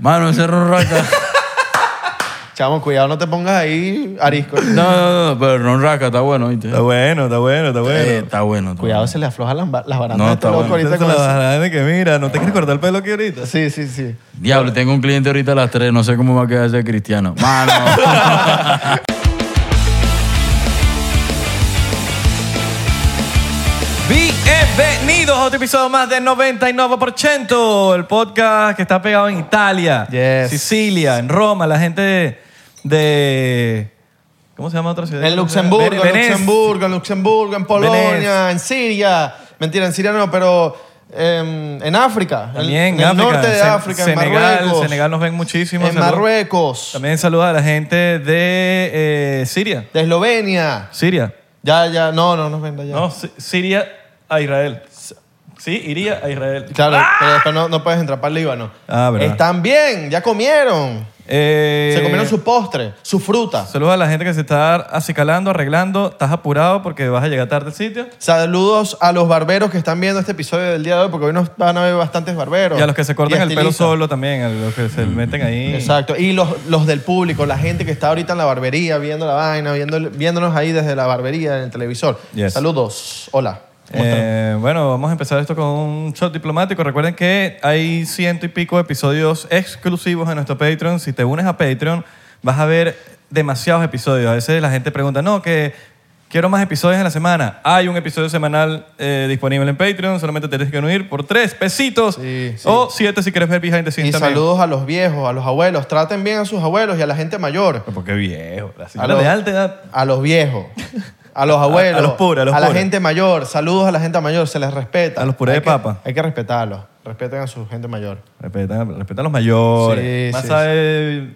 Mano, ese ronraca. Chamo, cuidado, no te pongas ahí arisco. No, no, no, pero ronraca está bueno, ¿viste? Está bueno, está bueno, está bueno. Eh, está bueno. está Cuidado, se le aflojan las, ba- las baratas No, a está este loco bueno. ahorita Entonces con la eso. bajada de que mira, no te quieres cortar el pelo aquí ahorita. Sí, sí, sí. bueno. Diablo, tengo un cliente ahorita a las 3, no sé cómo va a quedar ese cristiano. Mano. Bienvenidos a otro episodio más de 99%, el podcast que está pegado en Italia, Yes. Sicilia, en Roma, la gente de... ¿Cómo se llama otra ciudad? En Luxemburgo, en Venecia. Luxemburgo, en Luxemburgo, en Polonia, Venecia. en Siria. Mentira, en Siria no, pero em, en África. en- También, en el África, norte de Sen- África, en Senegal, Marruecos. Senegal nos ven muchísimo. En saludos. Marruecos, También saluda a la gente de eh, Siria. de Eslovenia. Siria. Ya, ya, no, no nos venda ya. No, Si- Siria a Israel. Sí, iría a Israel. Claro, pero después no, no puedes entrar para el Líbano. Ah, verdad. Están bien, ya comieron. Eh, Se comieron su postre, su fruta. Saludos a la gente que se está acicalando, arreglando. Estás apurado porque vas a llegar tarde al sitio. Saludos a los barberos que están viendo este episodio del día de hoy, porque hoy nos van a ver bastantes barberos. Y a los que se cortan Y el pelo estilistas. solo también, a los que se meten ahí. Exacto. Y los, los del público, la gente que está ahorita en la barbería, viendo la vaina, viendo, viéndonos ahí desde la barbería, en el televisor. Yes. Saludos. Hola. ¿Cómo están? Eh, bueno, vamos a empezar esto con un shot diplomático. Recuerden que hay ciento y pico de episodios exclusivos en nuestro Patreon. Si te unes a Patreon, vas a ver demasiados episodios. A veces la gente pregunta, no, que quiero más episodios en la semana. Hay un episodio semanal eh, disponible en Patreon. Solamente te tienes que unir por tres pesitos Sí, sí. o siete si quieres ver behind the scenes Y también. saludos a los viejos, a los abuelos. Traten bien a sus abuelos y a la gente mayor. Pero Oh, Porque viejo, la A señora los- de alta edad. A los viejos. A los abuelos. a los puros, a los la puros. gente mayor. Saludos a la gente mayor. Se les respeta. A los puré Hay de que- papa. Hay que respetarlos. Respeten a su gente mayor. Respeta, respeta a los mayores. Sí, más sí, sabe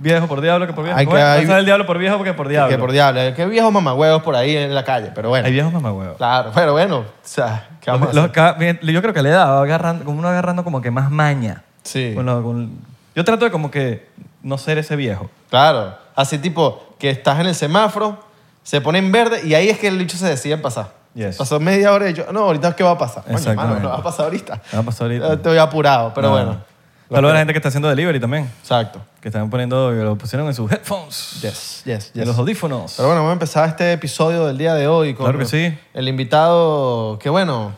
viejo por diablo que por viejo. Hay que- Bueno, más hay- sabe el diablo por viejo que por diablo. Que por diablo. Qué viejos mamagüeos por ahí en la calle. Pero bueno. Hay viejos mamagüeos. Claro, pero bueno. O sea, ¿qué vamos a Los- hacer? cada- bien, yo creo que le da, agarrando, como uno agarrando como que más maña. Sí. Con lo- con- yo trato de como que no ser ese viejo. Claro. Así tipo que estás en el semáforo, se pone en verde y ahí es que el bicho se decide en pasar. Yes. Pasó media hora y yo, no, ahorita qué va a pasar. Coño, Exactamente. mano, no va a pasar ahorita. Va a pasar ahorita. Estoy apurado, pero No. bueno. Saludos a la gente que está haciendo delivery también. Exacto. Que están poniendo, que lo pusieron en sus headphones. Yes, yes, En yes. los audífonos. Pero bueno, vamos a empezar este episodio del día de hoy con Claro que sí. el invitado que bueno,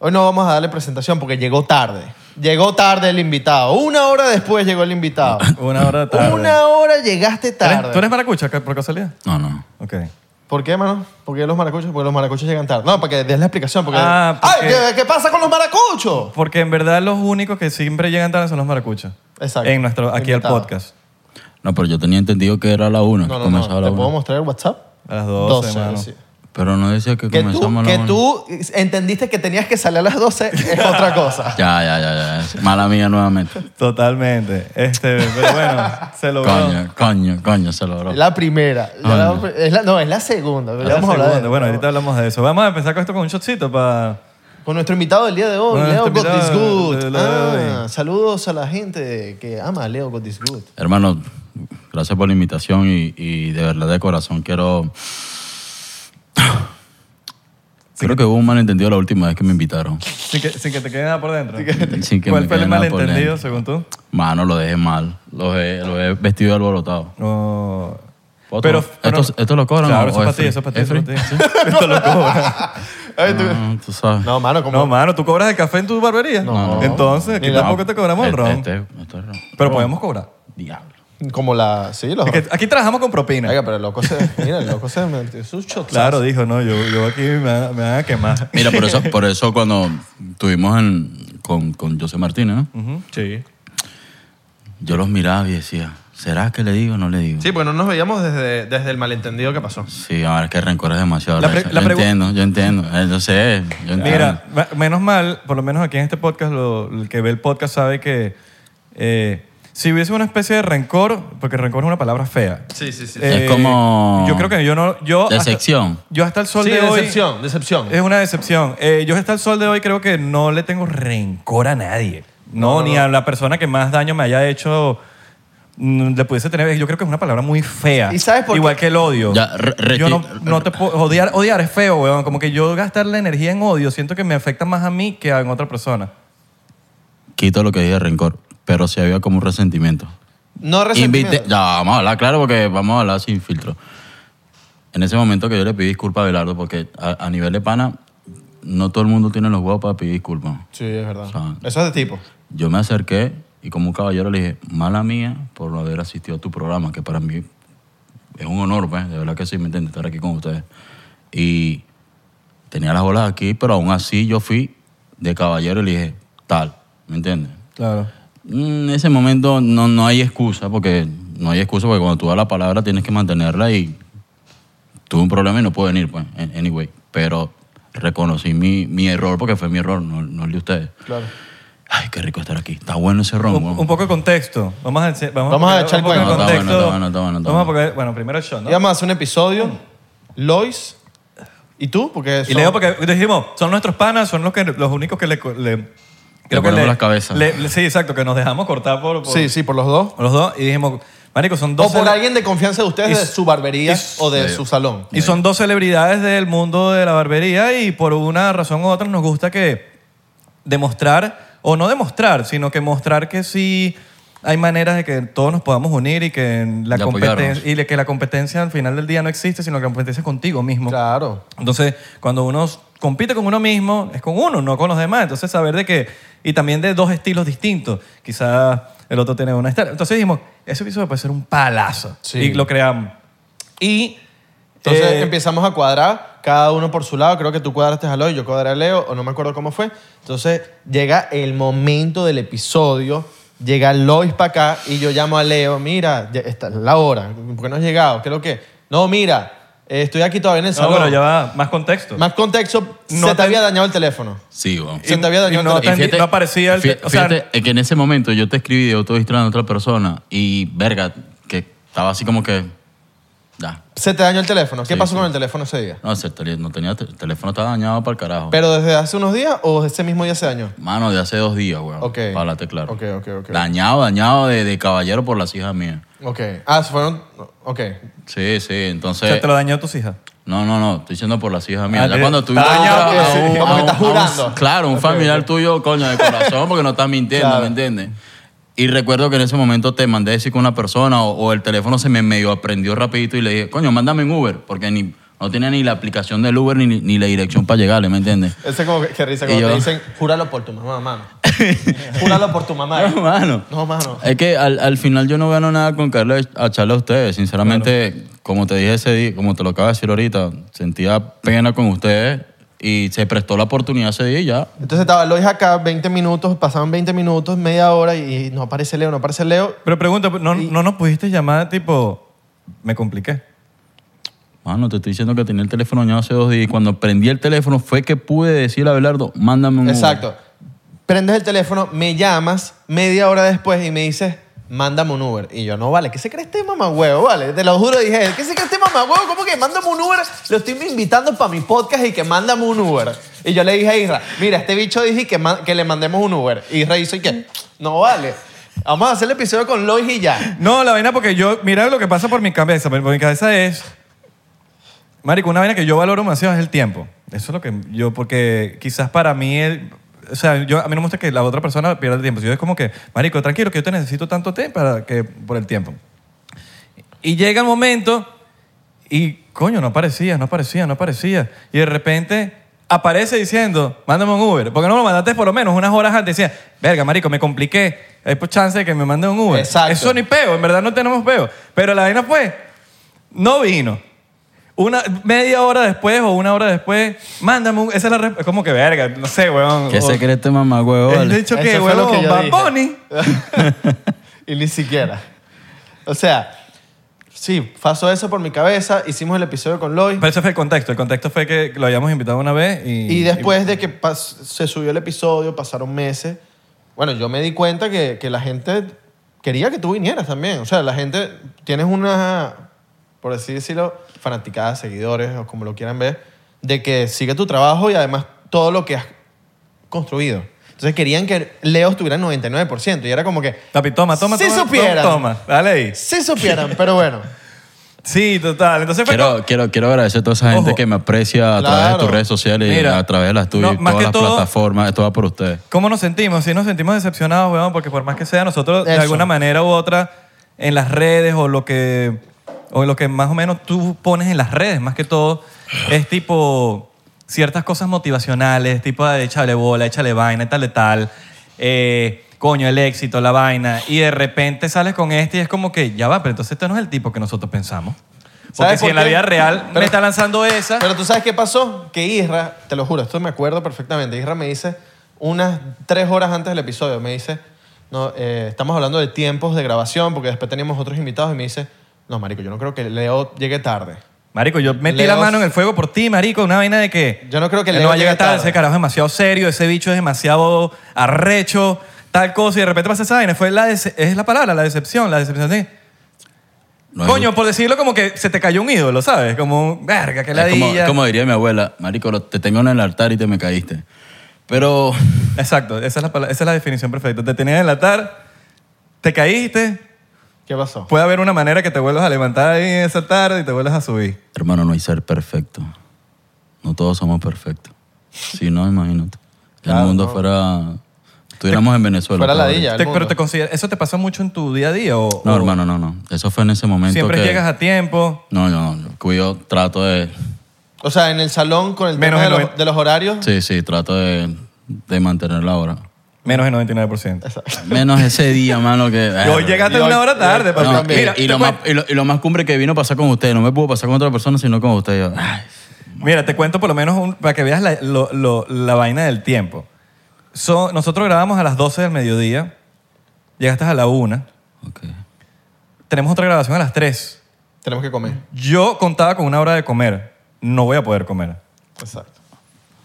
hoy no vamos a darle presentación porque llegó tarde. Llegó tarde el invitado. Una hora después llegó el invitado. Una hora tarde. Una hora llegaste ¿Tú tarde. eres, tú eres maracucha ca- por casualidad? No, no. Ok. ¿Por qué, mano? ¿Por qué los maracuchos? Porque los maracuchos llegan tarde. No, para que des la explicación. Porque... Ah, porque- ¡Ay! ¿qué, qué pasa con los maracuchos? Porque en verdad los únicos que siempre llegan tarde son los maracuchos. Exacto. En nuestro, aquí al Invitado. podcast. No, pero yo tenía entendido que era a la 1, No, que no, no. ¿Te comenzaba a la puedo 1. mostrar el WhatsApp? A las 12, mano. sí. Pero no decía que, Que, tú, comenzamos a que la 1. tú entendiste que tenías que salir a las 12 es otra cosa. Ya, ya, ya, ya. Mala mía nuevamente. Totalmente. Este, pero bueno, se logró. Coño, coño, coño, se logró. La primera. Ah, Ya Ay, la- no. es la- no, es la segunda. Ya Ahora vamos a hablar de- segundo. Bueno, ahorita hablamos de eso. Vamos a empezar con esto con un shotcito para... Con nuestro invitado del día de hoy, Bueno, Leo nuestro God is invitado de- Good. de- de- Ah, saludos a la gente que ama a Leo God is Good. Hermano, gracias por la invitación y, y de verdad de corazón quiero... Creo que hubo un malentendido la última vez que me invitaron. Sin que, sin que te quede nada por dentro. Sin que ¿Cuál me fue el quede nada por malentendido, dentro. según tú? Mano, lo dejé mal. Lo dejé, lo dejé vestido de alborotado. No. ¿Puedo tomar? ¿Esto- esto lo cobran Claro, o eso es es para ti, free? eso es para ti. ¿Es eso free? es para ti. Esto lo cobran. Ay, tú- Ah, tú sabes. No, mano, como. No, mano, ¿tú cobras el café en tu barbería? No. Entonces, aquí Mira, tampoco te cobramos el Este- ron. Este, este es ron. Pero podemos cobrar. Diablo. Como la. Sí, los. Es que aquí trabajamos con propina. Oiga, pero el loco se. Mira, el loco se metió sus shots. Claro, dijo, no, yo, yo aquí me, van- me van a quemar. Mira, por eso, por eso cuando estuvimos en- con, con José Martínez, ¿no? Ujú, Sí. yo los miraba y decía, ¿será que le digo o no le digo? Sí, porque no nos veíamos desde, desde el malentendido que pasó. Sí, a ver, es que el rencor es demasiado. La pre- recho. la yo pregu- entiendo, yo entiendo. Eh, Yo sé, yo entiendo. Mira, ma- menos mal, por lo menos aquí en este podcast, lo- el que ve el podcast sabe que eh, si hubiese una especie de rencor, porque rencor es una palabra fea. Sí, sí, sí. Es como- Eh, Yo creo que yo no. Yo Decepción. Hasta, yo hasta el sol sí, de hoy. decepción, decepción. Es una decepción. Eh, yo hasta el sol de hoy creo que no le tengo rencor a nadie. No, ni a la persona que más daño me haya hecho mm, le pudiese tener. Yo creo que es una palabra muy fea. ¿Y sabes por qué? Igual que el odio. Ya, re- resti- yo no, no te puedo. Odiar, odiar es feo, weón. Como que yo gastar la energía en odio siento que me afecta más a mí que a otra persona. Quito lo que dije rencor. pero sí había como un resentimiento. No Invité, resentimiento. ya, vamos a hablar, claro, porque vamos a hablar sin filtro. En ese momento que yo le pedí disculpas a Belardo, porque a, a nivel de pana, no todo el mundo tiene los huevos para pedir disculpas. Sí, es verdad. O Ah. sea, Eso es de tipo. Yo me acerqué y como un caballero le dije, mala mía por no haber asistido a tu programa, que para mí es un honor, pues, de verdad que sí, me entiendes, estar aquí con ustedes. Y tenía las bolas aquí, pero aún así yo fui de caballero y le dije, tal, ¿me entiendes? Claro. Mm, En ese momento no, no hay excusa, porque no hay excusa, porque cuando tú das la palabra tienes que mantenerla y tuve un problema y no pude venir, pues, an- anyway. Pero reconocí mi, mi error, porque fue mi error, no, no el de ustedes. Claro. Ay, qué rico estar aquí. Está bueno ese ron, Un, weón. un poco de contexto. Vamos a, ense- vamos Vamos a poner echar un poco de No, cuento. está bueno, contexto. está bueno, está bueno, está Vamos a bueno. poner- bueno, primero el shot, ¿no? Y vamos a hacer un episodio. Lois. ¿Y tú? Porque Y son- le digo porque dijimos, son nuestros panas, son los, que, los únicos que le... co- le- ponemos las cabezas. le- le- sí, exacto, que nos dejamos cortar por, por- Sí, sí, por los dos. por los dos. Y dijimos, marico, son dos... o por cele- alguien de confianza de ustedes, y- de su barbería y- o de Sí. su salón. Y son dos celebridades del mundo de la barbería y por una razón u otra nos gusta que demostrar, o no demostrar, sino que mostrar que sí hay maneras de que todos nos podamos unir y que la, De competen- apoyarnos. y de que la competencia al final del día no existe, sino que la competencia es contigo mismo. Claro. Entonces, cuando uno compite con uno mismo, es con uno, no con los demás. Entonces, saber de que... Y también de dos estilos distintos. Quizás el otro tiene una estela. Entonces dijimos, ese episodio puede ser un palazo. Sí. Y lo creamos. Y... Entonces eh, empezamos a cuadrar, cada uno por su lado. Creo que tú cuadraste a Lois, yo cuadré a Leo, o no me acuerdo cómo fue. Entonces llega el momento del episodio, llega Lois para acá y yo llamo a Leo, mira, ya- esta es la hora, ¿por qué no has llegado? ¿Qué es lo que? No, mira, eh, estoy aquí todavía en el No, salón. Ah, bueno, ya va, más contexto. Más contexto, se No te te- había dañado el teléfono. Sí, weón. se te había dañado y el no, teléfono. tan- no aparecía el fí- te- o sea- fíjate, es que en ese momento yo te escribí, yo estoy distrayendo a otra persona y, verga, que estaba así como que... Ya. Se te dañó el teléfono. ¿Qué Sí, pasó sí. con el teléfono ese día? No, ese tele- no tenía... El teléfono estaba dañado para el carajo. ¿Pero desde hace unos días o ese mismo día se dañó? Mano, de hace dos días, weón. Ok. Para hablarte claro. Ok, ok, ok. Dañado, dañado de, de caballero por las hijas mías. Ok. Ah, se fueron... Ok. Sí, sí, entonces... O sea, te lo dañó tus hijas. No, no, no, estoy diciendo por las hijas mías. Ah, ya te- cuando tú Ah, encuentras ya, ok, pues, sí, como que estás a un- jurando. claro, un familiar tuyo, coño, de corazón, porque no estás mintiendo, Claro. ¿me entiendes? Y recuerdo que en ese momento te mandé a decir con una persona o, o el teléfono se me medio aprendió rapidito y le dije, coño, mándame en Uber, porque ni, no tenía ni la aplicación del Uber ni, ni la dirección para llegarle, ¿me entiendes? Ese como que, que risa Y cuando te yo- dicen, júralo por tu mamá, mano. júralo por tu mamá. No, mano. No, mano. Es que al, al final yo no gano nada con caerle a charla a ustedes. Sinceramente, como te dije ese día, como te lo acabo de decir ahorita, sentía pena con ustedes y se prestó la oportunidad ese día y ya. Entonces estaba Lois acá 20 minutos, pasaban 20 minutos, media hora y no aparece Leo, no aparece Leo. Pero pregunta, ¿no, ¿no nos pudiste llamar tipo, me compliqué? Mano, te estoy diciendo que tenía el teléfono dañado hace dos días y cuando prendí el teléfono fue que pude decirle a Belardo, mándame un Uber". Exacto. Prendes el teléfono, me llamas media hora después y me dices, mándame un Uber. Y yo, no, vale, ¿qué se cree este mamagüevo? Vale, te lo juro, dije, ¿qué se cree este mamagüevo? ¿Cómo que mándame un Uber? Lo estoy invitando para mi podcast y que mándame un Uber. Y yo le dije a Isra, mira, este bicho dije que, ma- que le mandemos un Uber. Isra hizo y que, no vale. Vamos a hacer el episodio con Lois y ya. No, la vaina porque yo, mira lo que pasa por mi cabeza. Por mi cabeza es, marico, una vaina que yo valoro demasiado es el tiempo. Eso es lo que yo, porque quizás para mí, el- o sea, yo, a mí no me gusta que la otra persona pierda el tiempo. Si yo es como que, marico, tranquilo, que yo te necesito tanto tiempo para que, por el tiempo. Y llega el momento y, coño, no aparecía, no aparecía, no aparecía. Y de repente aparece diciendo, mándame un Uber. Porque no me lo mandaste por lo menos unas horas antes. Decía, verga, marico, me compliqué. Hay pues, chance de que me mande un Uber. Exacto. Eso ni peo, en verdad no tenemos peo. Pero la vaina fue, no vino. Una media hora después o una hora después, mándame un... Esa es la... resp- Es como que, verga, no sé, weón. ¿Qué O- se cree este mamá, El dicho que, Eso fue lo weón, que yo Bad dije. Bunny. y ni siquiera. O sea, sí, pasó eso por mi cabeza, hicimos el episodio con Lois. Pero ese fue el contexto. El contexto fue que lo habíamos invitado una vez y... Y después de que pas- se subió el episodio, pasaron meses. Bueno, yo me di cuenta que, que la gente quería que tú vinieras también. O sea, la gente, tienes una, por así decirlo, fanaticada, seguidores o como lo quieran ver, de que sigue tu trabajo y además todo lo que has construido. Entonces querían que Leo estuviera en 99% y era como que Papi, toma, toma, Si toma. supieran. Toma, dale ahí. sí supieran, pero bueno. Sí, total. Entonces fue como- Quiero, quiero, quiero agradecer a toda esa gente Ojo. que me aprecia a través de Claro. tus redes sociales Mira, y a través de las tuyas, y no, más todas que las todo- plataformas, es todo por ustedes. ¿Cómo nos sentimos? Sí, nos sentimos decepcionados, weón, porque por más que sea, nosotros de Eso. alguna manera u otra en las redes o lo que o lo que más o menos tú pones en las redes, más que todo, es tipo ciertas cosas motivacionales, tipo de échale bola, échale vaina, y tal, y tal, eh, coño, el éxito, la vaina, y de repente sales con este y es como que ya va, pero entonces este no es el tipo que nosotros pensamos. Porque ¿Sabes si por en la qué? vida real me Pero- está lanzando esa, Pero tú sabes qué pasó? Que Isra, te lo juro, esto me acuerdo perfectamente. Isra me dice unas tres horas antes del episodio, me dice, no, eh, estamos hablando de tiempos de grabación porque después teníamos otros invitados y me dice, no, marico, yo no creo que Leo llegue tarde. Marico, yo metí Leo- la mano en el fuego por ti, marico. Una vaina de que... Yo no creo que él Leo no va a llegue llegar tarde. tarde. Ese carajo es demasiado serio. Ese bicho es demasiado arrecho. Tal cosa. Y de repente pasa esa vaina. Fue la dece- es la palabra, la decepción. La decepción de... No es- Coño, por decirlo como que se te cayó un ídolo, ¿sabes? Como un... Verga, que es como, ladilla. es como diría mi abuela, marico, lo- te tengo en el altar y te me caíste. Pero Exacto. Esa es, la, pala- esa es la definición perfecta. Te tenías en el altar. Te caíste. ¿Qué pasó? Puede haber una manera que te vuelvas a levantar ahí esa tarde y te vuelvas a subir. Hermano, no hay ser perfecto. No todos somos perfectos. Si no, imagínate. Que Claro, el mundo no. fuera. Estuviéramos en Venezuela. Fuera cabrón. ladilla. Ya, el Te- pero mundo. te considera- ¿Eso te pasa mucho en tu día a día? O, No, o hermano, no, no. Eso fue en ese momento. Siempre que- llegas a tiempo. No, no, no. Yo trato de. O sea, en el salón con el Menos tema el de, los, noven- de los horarios. Sí, sí, trato de, de mantener la hora. Menos del 99%. Menos ese día, mano, que. Y hoy llegaste Y hoy- una hora tarde, y- papi. No, mira, y, y te lo cuen- más, y, lo, y lo más cumbre que vino a pasar con ustedes. No me pudo pasar con otra persona, sino con ustedes. Yo, ay, mira, te cuento por lo menos un- para que veas la, lo- lo- la vaina del tiempo. So- nosotros grabamos a las 12 del mediodía, llegaste a la 1, ok. tenemos otra grabación a las 3. Tenemos que comer. Yo contaba con una hora de comer, no voy a poder comer. Exacto.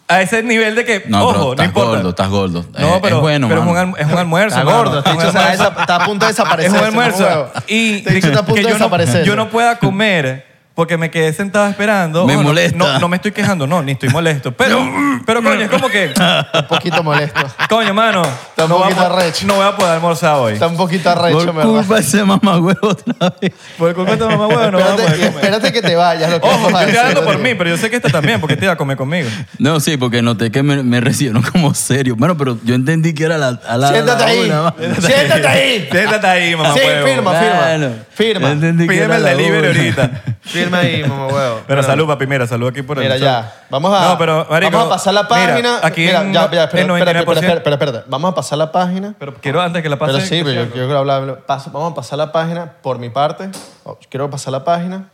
A ese nivel de que, No, pero ojo, no estás importa. gordo, estás gordo. No, Eh, pero, es bueno, pero es, un, mano. alm- es un almuerzo. Está mano. gordo, este Es un bicho se va a almuerzo. desa- está a punto de Ah, desaparecer. Es un ese mamá almuerzo. huevo. Y Este bicho está a punto que de yo, no, desaparecer. yo no pueda comer porque me quedé sentado esperando. Me Ojo, no- molesta. No, no me estoy quejando, no, ni estoy molesto. Pero, pero coño, es como que, Un poquito molesto. coño, mano, un no voy, a poquito poder, arrecho. no voy a poder almorzar hoy. Está un poquito arrecho, en Por ¿verdad? culpa de ese mamagüevo otra vez. Por culpa de tu mamá, huevo, no voy a espérate, poder comer. espérate que te vayas. Lo que Ojo, vamos yo a estoy hablando decir. por mí, pero yo sé que esta también, porque te iba a comer conmigo. No, sí, porque noté que me, me recibieron como serio. Bueno, pero yo entendí que era la, a la Siéntate a la ahí. una, va. Siéntate ahí. Siéntate ahí, mamá, Sí, huevo. firma. Claro. firma. Yo entendí que Pídeme era el la delivery una. ahorita. Firma ahí, mamá huevo. Pero salud, papi, mira, salud aquí por el Mira, chat. ya. Vamos a, No, pero, marico, vamos a pasar la mira, página. aquí Mira, en- ya, ya, espera, en espera, 99%. espera, espera, espera, espera. Vamos a pasar la página. Pero quiero antes que la pase. pero sí, pero yo, yo quiero hablar. paso- vamos a pasar la página por mi parte. Oh, Quiero pasar la página.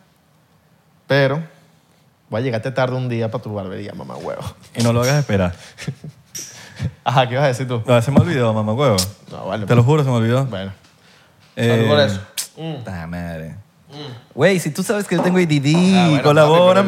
Pero voy a llegarte tarde un día para tu barbería, mamá huevo. Y no lo hagas esperar. Ajá, ¿qué vas a decir tú? No, se me olvidó, mamá huevo. No, vale. pues. Te lo juro, se me olvidó. Bueno. Eh, Salud por eso. Mm. puta madre. Güey, si tú sabes que yo tengo ADD, Ah, bueno, colabórame,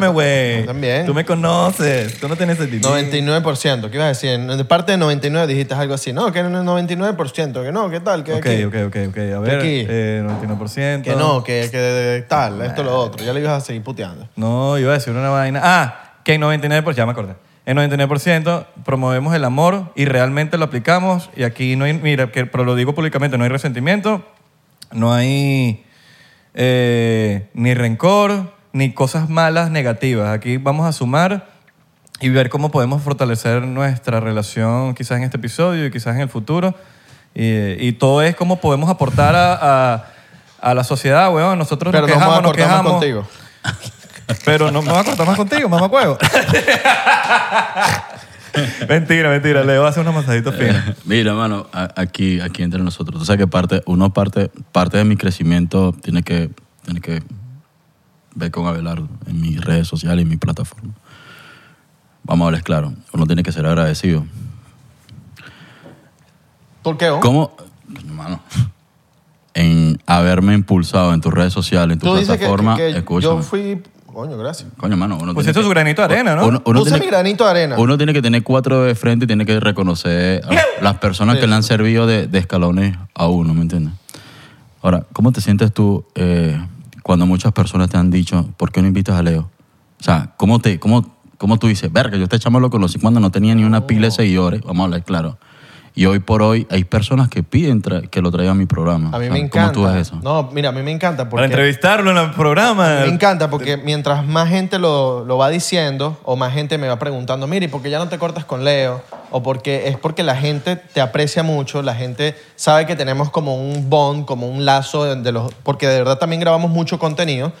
papi, pero- güey. Yo también. Tú me conoces, tú no tienes ADD. 99%, ¿qué ibas a decir? De parte de 99 dijiste algo así, no, que no es 99%, que no, que tal, que, Ok, que- ok, ok, ok. A ver, Aquí. eh, 99%. que no, que, que tal, esto, lo otro. Ya le ibas a seguir puteando. No, iba a decir una vaina. Ah, que en 99%, ya me acordé. En 99% promovemos el amor y realmente lo aplicamos. Y aquí no hay, mira, que, pero lo digo públicamente, no hay resentimiento, no hay eh, ni rencor, ni cosas malas negativas. Aquí vamos a sumar y ver cómo podemos fortalecer nuestra relación quizás en este episodio y quizás en el futuro. Y, eh, y todo es cómo podemos aportar a, a- a la sociedad, weón. Nosotros Pero nos nos quejamos, vamos a nos cortar más quejamos. contigo. Pero no me voy a cortar más contigo, mamá huevo. mentira, mentira. Le voy a hacer unos masaditos finos. Mira, mano, a- aquí, aquí entre nosotros. Tú sabes que parte, uno parte, parte de mi crecimiento tiene que, tiene que ver con Abelardo en mis redes sociales y mi plataforma. Vamos a hablar claro. Uno tiene que ser agradecido. ¿Por qué? oh? ¿Cómo, coño, mano, en haberme impulsado en tus redes sociales, en tu Tú dices que, plataforma? que- que escúchame. yo fui... Coño, gracias. Coño, mano, uno Pusiste tiene Pues su que- granito de arena, ¿no? Uno, uno Puse tiene, mi granito de arena. uno tiene que tener cuatro de frente y tiene que reconocer a las personas que le han servido de, de escalones a uno, ¿me entiendes? Ahora, ¿cómo te sientes tú eh, cuando muchas personas te han dicho, ¿por qué no invitas a Leo? O sea, ¿cómo, te, cómo, cómo tú dices, verga, yo este chamo lo conocí cuando no tenía ni una pila de seguidores, vamos a hablar claro. Y hoy por hoy hay personas que piden tra- que lo traiga a mi programa. A mí O sea, me encanta. ¿Cómo tú ves eso? No, mira, a mí me encanta Para porque entrevistarlo en el programa. Me encanta porque mientras más gente lo, lo va diciendo o más gente me va preguntando, mire, ¿por qué ya no te cortas con Leo? O porque es porque la gente te aprecia mucho, la gente sabe que tenemos como un bond, como un lazo de, de los... Porque de verdad también grabamos mucho contenido.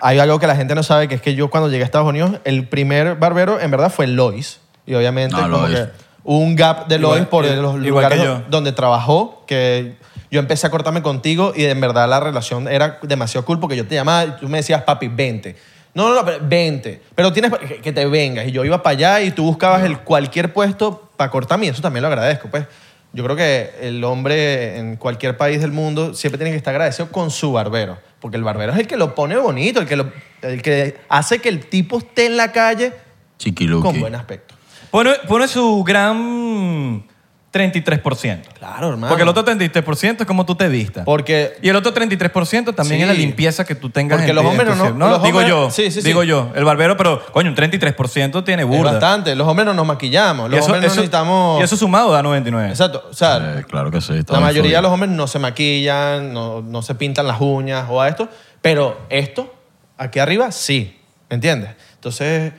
Hay algo que la gente no sabe, que es que yo cuando llegué a Estados Unidos, el primer barbero en verdad fue Lois. Y obviamente No, como Lois. que hubo un gap de Lois Igual- por igual los que lugares yo. donde trabajó, que yo empecé a cortarme contigo y en verdad la relación era demasiado cool porque yo te llamaba y tú me decías, papi, vente. No, no, no, pero vente. Pero tienes pa- que que te vengas. Y yo iba para allá y tú buscabas el cualquier puesto para cortarme y eso también lo agradezco. Pues yo creo que el hombre en cualquier país del mundo siempre tiene que estar agradecido con su barbero. Porque el barbero es el que lo pone bonito, el que, lo- el que hace que el tipo esté en la calle Chiquiluki. con buen aspecto. Pone, pone su gran 33%. Claro, hermano. Porque el otro 33% es como tú te vistas. Porque y el otro 33% también Sí. es la limpieza que tú tengas Porque en los ti, hombres en tu no- ser, los digo hombres- yo. sí, sí, sí. digo yo. El barbero, pero coño, un 33% tiene Es burda. bastante. Los hombres no nos maquillamos. Y Los eso- hombres no eso- necesitamos. Y eso sumado da 99. Exacto. O sea, Eh, claro que sí. la mayoría de los hombres no se maquillan, no, no se pintan las uñas o a esto. Pero esto, aquí arriba, sí. ¿Me entiendes? Entonces,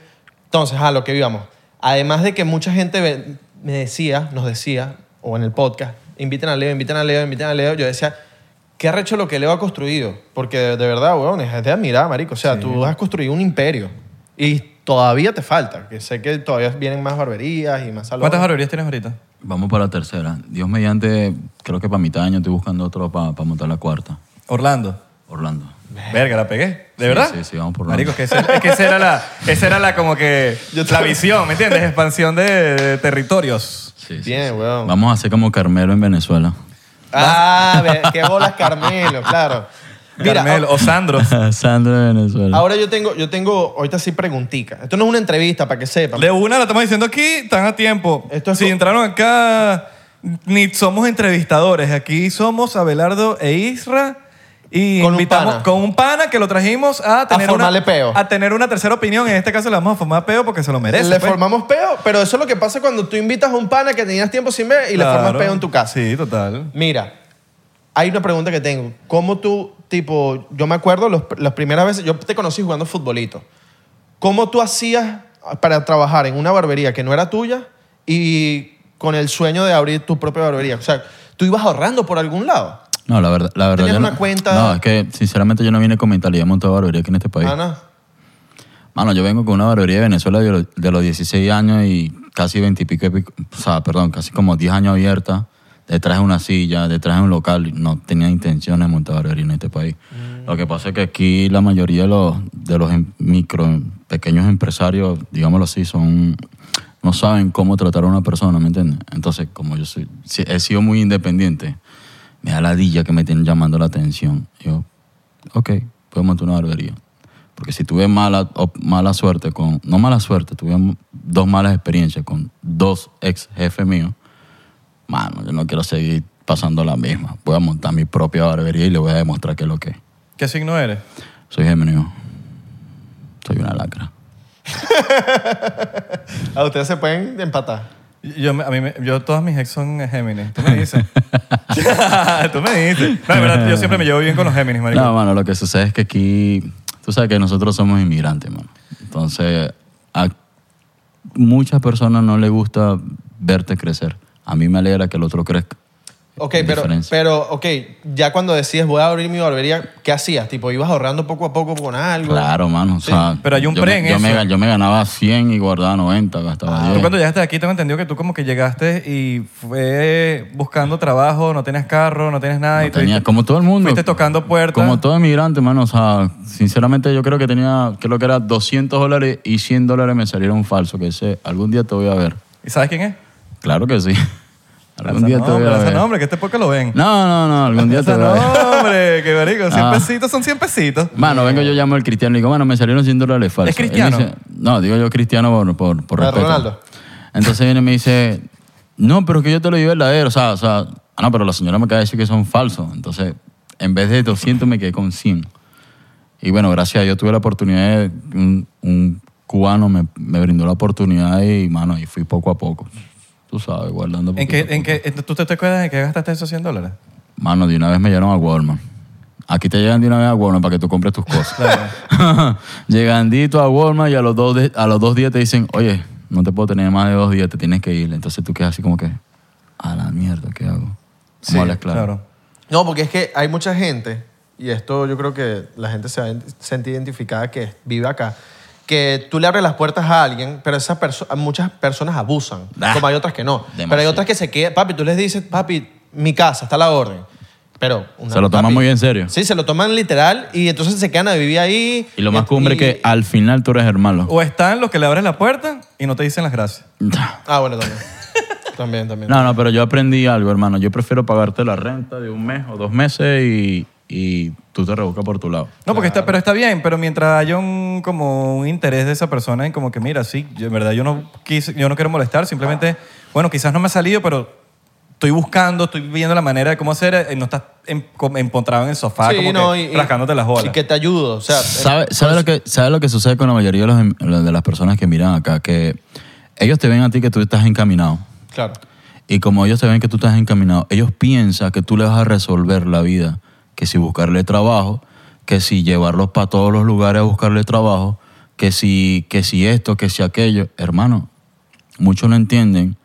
entonces a lo que vivamos. Además de que mucha gente ve- me decía, nos decía, o en el podcast, inviten a Leo, inviten a Leo, inviten a Leo. Yo decía, qué arrecho lo que Leo ha construido. Porque de, de verdad, weón, es de admirar, marico. O sea, tú has construido un imperio. Y todavía te falta. Que sé que todavía vienen más barberías y más salones. ¿Cuántas barberías tienes ahorita? Vamos para la tercera. Dios mediante, creo que para mitad de año estoy buscando otro para montar la cuarta. Orlando. Orlando. Verga, la pegué. ¿De Sí, verdad? sí, sí, vamos por Marico, Orlando. que ese- es que esa era la, esa era la como que Yo la también. visión, ¿me entiendes? Expansión de, de territorios. Sí, sí, Bien, sí. weón. Vamos a hacer como Carmelo en Venezuela. Ah, ve- qué bolas Carmelo, claro. Mira, ah, Carmel o Sandro. Sandro de Venezuela. ahora yo tengo, yo tengo, ahorita sí preguntica. Esto no es una entrevista, para que sepan. De una la estamos diciendo aquí, están a tiempo. Esto es si co- entraron acá, ni somos entrevistadores. Aquí somos Abelardo e Isra. Y Con un invitamos pana. con un pana que lo trajimos a tener, formarle una, peo. a tener una tercera opinión. En este caso le vamos a formar peo porque se lo merece. le pues. formamos peo, pero eso es lo que pasa cuando tú invitas a un pana que tenías tiempo sin ver y le Claro. formas peo en tu casa. Sí, total. Mira, hay una pregunta que tengo. ¿Cómo tú, tipo, yo me acuerdo los- las primeras veces, yo te conocí jugando futbolito. ¿Cómo tú hacías para trabajar en una barbería que no era tuya y con el sueño de abrir tu propia barbería? O sea, tú ibas ahorrando por algún lado. No, la verdad, la verdad. ¿Tenías yo una no, cuenta? No, es que sinceramente yo no vine con mentalidad de montar barbería aquí en este país. Ana. Mano, yo vengo con una barbería de Venezuela de los, de los 16 años y casi 20 y pico, de pico- o sea, perdón, casi como 10 años abierta, detrás de una silla, detrás de un local. No tenía intenciones de montar barbería en este país. Lo que pasa es que aquí la mayoría de los, de los em- micro, pequeños empresarios, digámoslo así, son no saben cómo tratar a una persona, ¿me entiendes? Entonces, como yo soy, si- he sido muy independiente, me da ladilla que me tienen llamando la atención. Yo, ok, puedo montar una barbería. Porque si tuve mala, o- mala suerte con, no mala suerte, tuve m- dos malas experiencias con dos ex jefes míos, mano, yo no quiero seguir pasando la misma. Voy a montar mi propia barbería y le voy a demostrar qué es lo que es. ¿Qué signo eres? Soy Géminis. Soy una lacra. A Ah, ustedes se pueden empatar. Yo, me- a mí me- yo todas mis ex son Géminis. Tú me dices. Tú me dices. No, de verdad, yo siempre me llevo bien con los Géminis, marico. No, mano, lo que sucede es que aquí, tú sabes que nosotros somos inmigrantes, mano. Entonces, a muchas personas no les gusta verte crecer. A mí me alegra que el otro crezca. Ok, Hay pero, diferencia. pero, ok, ya cuando decides voy a abrir mi barbería, ¿qué hacías? Tipo, ibas ahorrando poco a poco con algo. Claro, mano. o sea, pero hay un yo pre en me, yo me eso. Ah, ga- yo me ganaba 100 y guardaba 90, gastaba Tú 10. cuando llegaste aquí tengo entendido que tú como que llegaste y fue buscando trabajo, no tenías carro, no tenías nada. y No tenía, tuviste- como todo el mundo. Fuiste tocando puertas. Como todo emigrante, mano. O sea, sinceramente yo creo que tenía, creo que era 200 dólares y 100 dólares me salieron falsos. Que sé, algún día te voy a ver. ¿Y sabes quién es? Claro que sí. Algún Lanza día te voy nombre, a lanza ver. nombre, que este poco lo ven. No, no, no, algún día te Lanza voy a ver. nombre, que marico, 100 Ah. pesitos son 100 pesitos. Mano, vengo yo llamo al cristiano y digo, mano, me salieron 100 dólares falsos. ¿Es cristiano? Él dice- no, digo yo cristiano por, por, por Ah, respeto. Ronaldo. Entonces viene y me dice, no, pero es que yo te lo llevé verdadero. O sea, o sea, ah, no, pero la señora me acaba de decir que son falsos. Entonces, en vez de 200 me quedé con 100. Y bueno, gracias a Dios tuve la oportunidad, de, un, un cubano me, me brindó la oportunidad y, mano, y fui poco a poco. Tú tú sabes, guardando. ¿En poquito qué, a en poco. qué- ¿Tú te acuerdas en qué gastaste esos 100 dólares? Mano, de una vez me llegaron a Walmart. Aquí te llegan de una vez a Walmart para que tú compres tus cosas. Claro. Llegandito a Walmart y a los, dos de- a los dos días te dicen, oye, no te puedo tener más de dos días, te tienes que ir. Entonces tú quedas así como que, a la mierda, ¿qué hago? ¿Cómo hablas claro? No, porque es que hay mucha gente, y esto yo creo que la gente se va a sentir identificada que vive acá, que tú le abres las puertas a alguien, pero esas perso- muchas personas abusan. Ah, como hay otras que no. Pero hay demasiado. otras que se quedan. Papi, tú les dices, papi, mi casa, está a la orden. Pero. una- Se lo toman papi- muy en serio. Sí, se lo toman literal y entonces se quedan a vivir ahí. Y lo más Y- cumbre es que y- al final tú eres hermano. O están los que le abres la puerta y no te dicen las gracias. Ah, bueno, también. también, también. No, no, pero yo aprendí algo, hermano. Yo prefiero pagarte la renta de un mes o dos meses y, y tú te rebuscas por tu lado. No, porque está, pero está bien, pero mientras haya un, como un interés de esa persona en como que, mira, sí, yo, en verdad yo no, quise, yo no quiero molestar, simplemente, bueno, quizás no me ha salido, pero estoy buscando, estoy viendo la manera de cómo hacer, eh, no estás en- como empotrado en el sofá, Sí, como no, que y- y- rascándote las bolas. Y que te ayudo. O sea, ¿Sabes sabe lo, que- sabe lo que sucede con la mayoría de, los em- de las personas que miran acá? Que ellos te ven a ti que tú estás encaminado. claro. Y como ellos te ven que tú estás encaminado, ellos piensan que tú le vas a resolver la vida. Que si buscarle trabajo, que si llevarlos para todos los lugares a buscarle trabajo, que si, que si esto, que si aquello. Hermano, muchos no entienden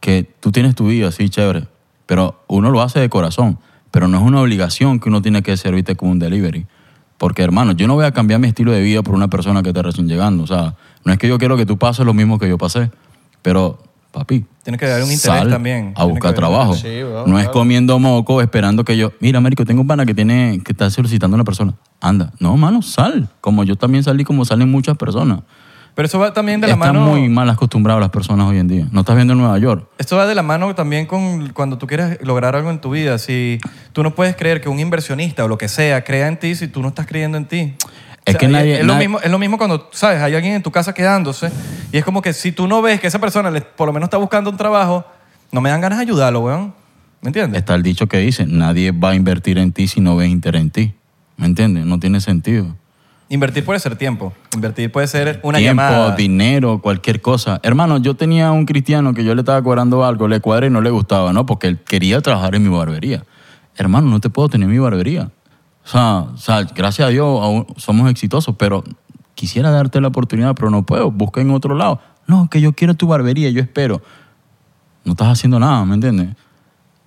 que tú tienes tu vida, sí, chévere. Pero uno lo hace de corazón. Pero no es una obligación que uno tiene que servirte con un delivery. Porque, hermano, yo no voy a cambiar mi estilo de vida por una persona que está recién llegando. O sea, no es que yo quiero que tú pases lo mismo que yo pasé. Pero, papi, Tiene que haber un interés Sal también. A Tiene buscar que haber- trabajo. Sí, weón, no claro. es comiendo moco esperando que yo. Mira, Américo, tengo un pana que tiene, que está solicitando a una persona. Anda. No, mano, sal. Como yo también salí, como salen muchas personas. Pero eso va también de la Están mano... muy mal acostumbradas las personas hoy en día. No estás viendo en Nueva York. Esto va de la mano también con cuando tú quieres lograr algo en tu vida. Si tú no puedes creer que un inversionista o lo que sea crea en ti si tú no estás creyendo en ti. Es que nadie- es, lo nadie- mismo, es lo mismo cuando, ¿sabes? Hay alguien en tu casa quedándose y es como que si tú no ves que esa persona le- por lo menos está buscando un trabajo, no me dan ganas de ayudarlo, weón. ¿Me entiendes? Está el dicho que dice: nadie va a invertir en ti si no ves interés en ti. ¿Me entiendes? No tiene sentido. Invertir puede ser tiempo. Invertir puede ser una tiempo, llamada. dinero, cualquier cosa. Hermano, yo tenía un cristiano que yo le estaba cobrando algo, le cuadré y no le gustaba, ¿no? Porque él quería trabajar en mi barbería. Hermano, no te puedo tener en mi barbería. O sea, o sea, gracias a Dios aún somos exitosos, pero quisiera darte la oportunidad, pero no puedo. Busca en otro lado. No, que yo quiero tu barbería, yo espero. No estás haciendo nada, ¿me entiendes?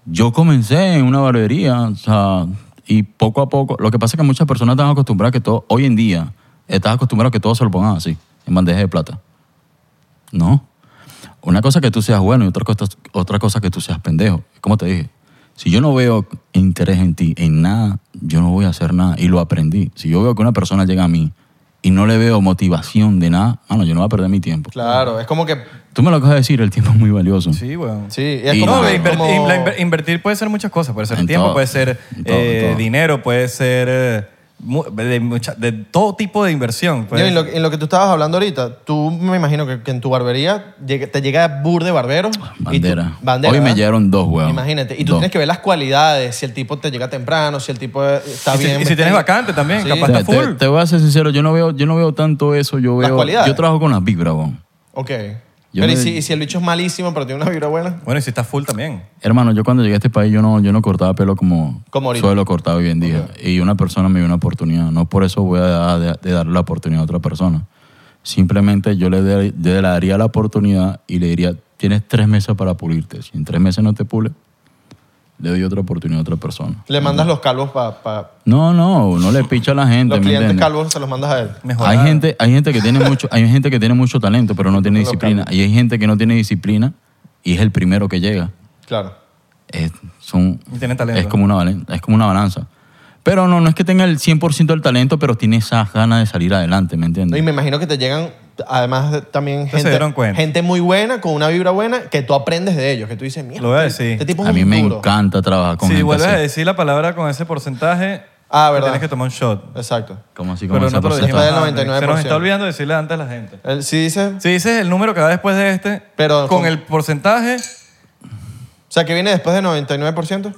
Yo comencé en una barbería, o sea, y poco a poco. Lo que pasa es que muchas personas están acostumbradas que todo, hoy en día, estás acostumbrado a que todo se lo pongan así, en bandeja de plata. No. Una cosa es que tú seas bueno y otra cosa, otra cosa es que tú seas pendejo. Como te dije, si yo no veo interés en ti, en nada, yo no voy a hacer nada. Y lo aprendí. Si yo veo que una persona llega a mí y no le veo motivación de nada, mano, yo no voy a perder mi tiempo. Claro. Es como que. Tú me lo acabas de decir, el tiempo es muy valioso. Sí, weón. Sí, es Y- como. No, Claro. de invertir, como- la inver- invertir puede ser muchas cosas. Puede ser En tiempo, todo. puede ser En todo, en eh, todo. dinero, puede ser eh, mu- de, mucha- de todo tipo de inversión. pues. puede Yo, en, lo, ser. en lo que tú estabas hablando ahorita, tú me imagino que, que en tu barbería llegue- te llega bur de barbero. y tú- Bandera. bandera, Hoy me ¿verdad? llegaron dos, weón. Imagínate. Y tú Dos. tienes que ver las cualidades, si el tipo te llega temprano, si el tipo eh, está Y si- bien. y si vestido. tienes vacante también, capaz- Te, Está te- full. te voy a ser sincero, yo no veo, yo no veo tanto eso. Yo Las veo. cualidades. Yo trabajo con las vibras, weón. Ok. Yo pero ¿y, me- si, y si el bicho es malísimo, pero tiene una vibra buena. Bueno, y si estás full también. Hermano, yo cuando llegué a este país, yo no, yo no cortaba pelo como Como ahorita. suelo cortar hoy en día. Y una persona me dio una oportunidad. No por eso voy a dejar de, de darle la oportunidad a otra persona. Simplemente yo le, de- le daría la oportunidad y le diría, tienes tres meses para pulirte. Si en tres meses no te pules, le doy otra oportunidad a otra persona. Le mandas los calvos para. No, no, no le picha a la gente. los ¿me clientes entiendes? calvos se los mandas a él. Mejorar. Hay gente, hay gente que tiene mucho, hay gente que tiene mucho talento, pero no tiene Local. disciplina. Y hay gente que no tiene disciplina y es el primero que llega. Claro. Es, son, Y tiene talento. es como una balen- es como una balanza. Pero no, no es que tenga el 100% del talento, pero tiene esas ganas de salir adelante, ¿me No, Y entiendes? me imagino que te llegan, además de- también se gente, dieron cuenta. gente muy buena, con una vibra buena, que tú aprendes de ellos, que tú dices, mierda, Lo voy a este- decir. este tipo es A un mí me duro". encanta trabajar con si gente vuelves a así. decir la palabra con ese porcentaje, Ah, te verdad. tienes que tomar un shot. Exacto. Como así, como Pero esa no te lo cosa dijimos está- Está del antes. Se nos 99%. está olvidando decirle antes a la gente. Él sí dice, Si dices el número que va después de este, Pero con con- el porcentaje, o sea, que viene después del 99%.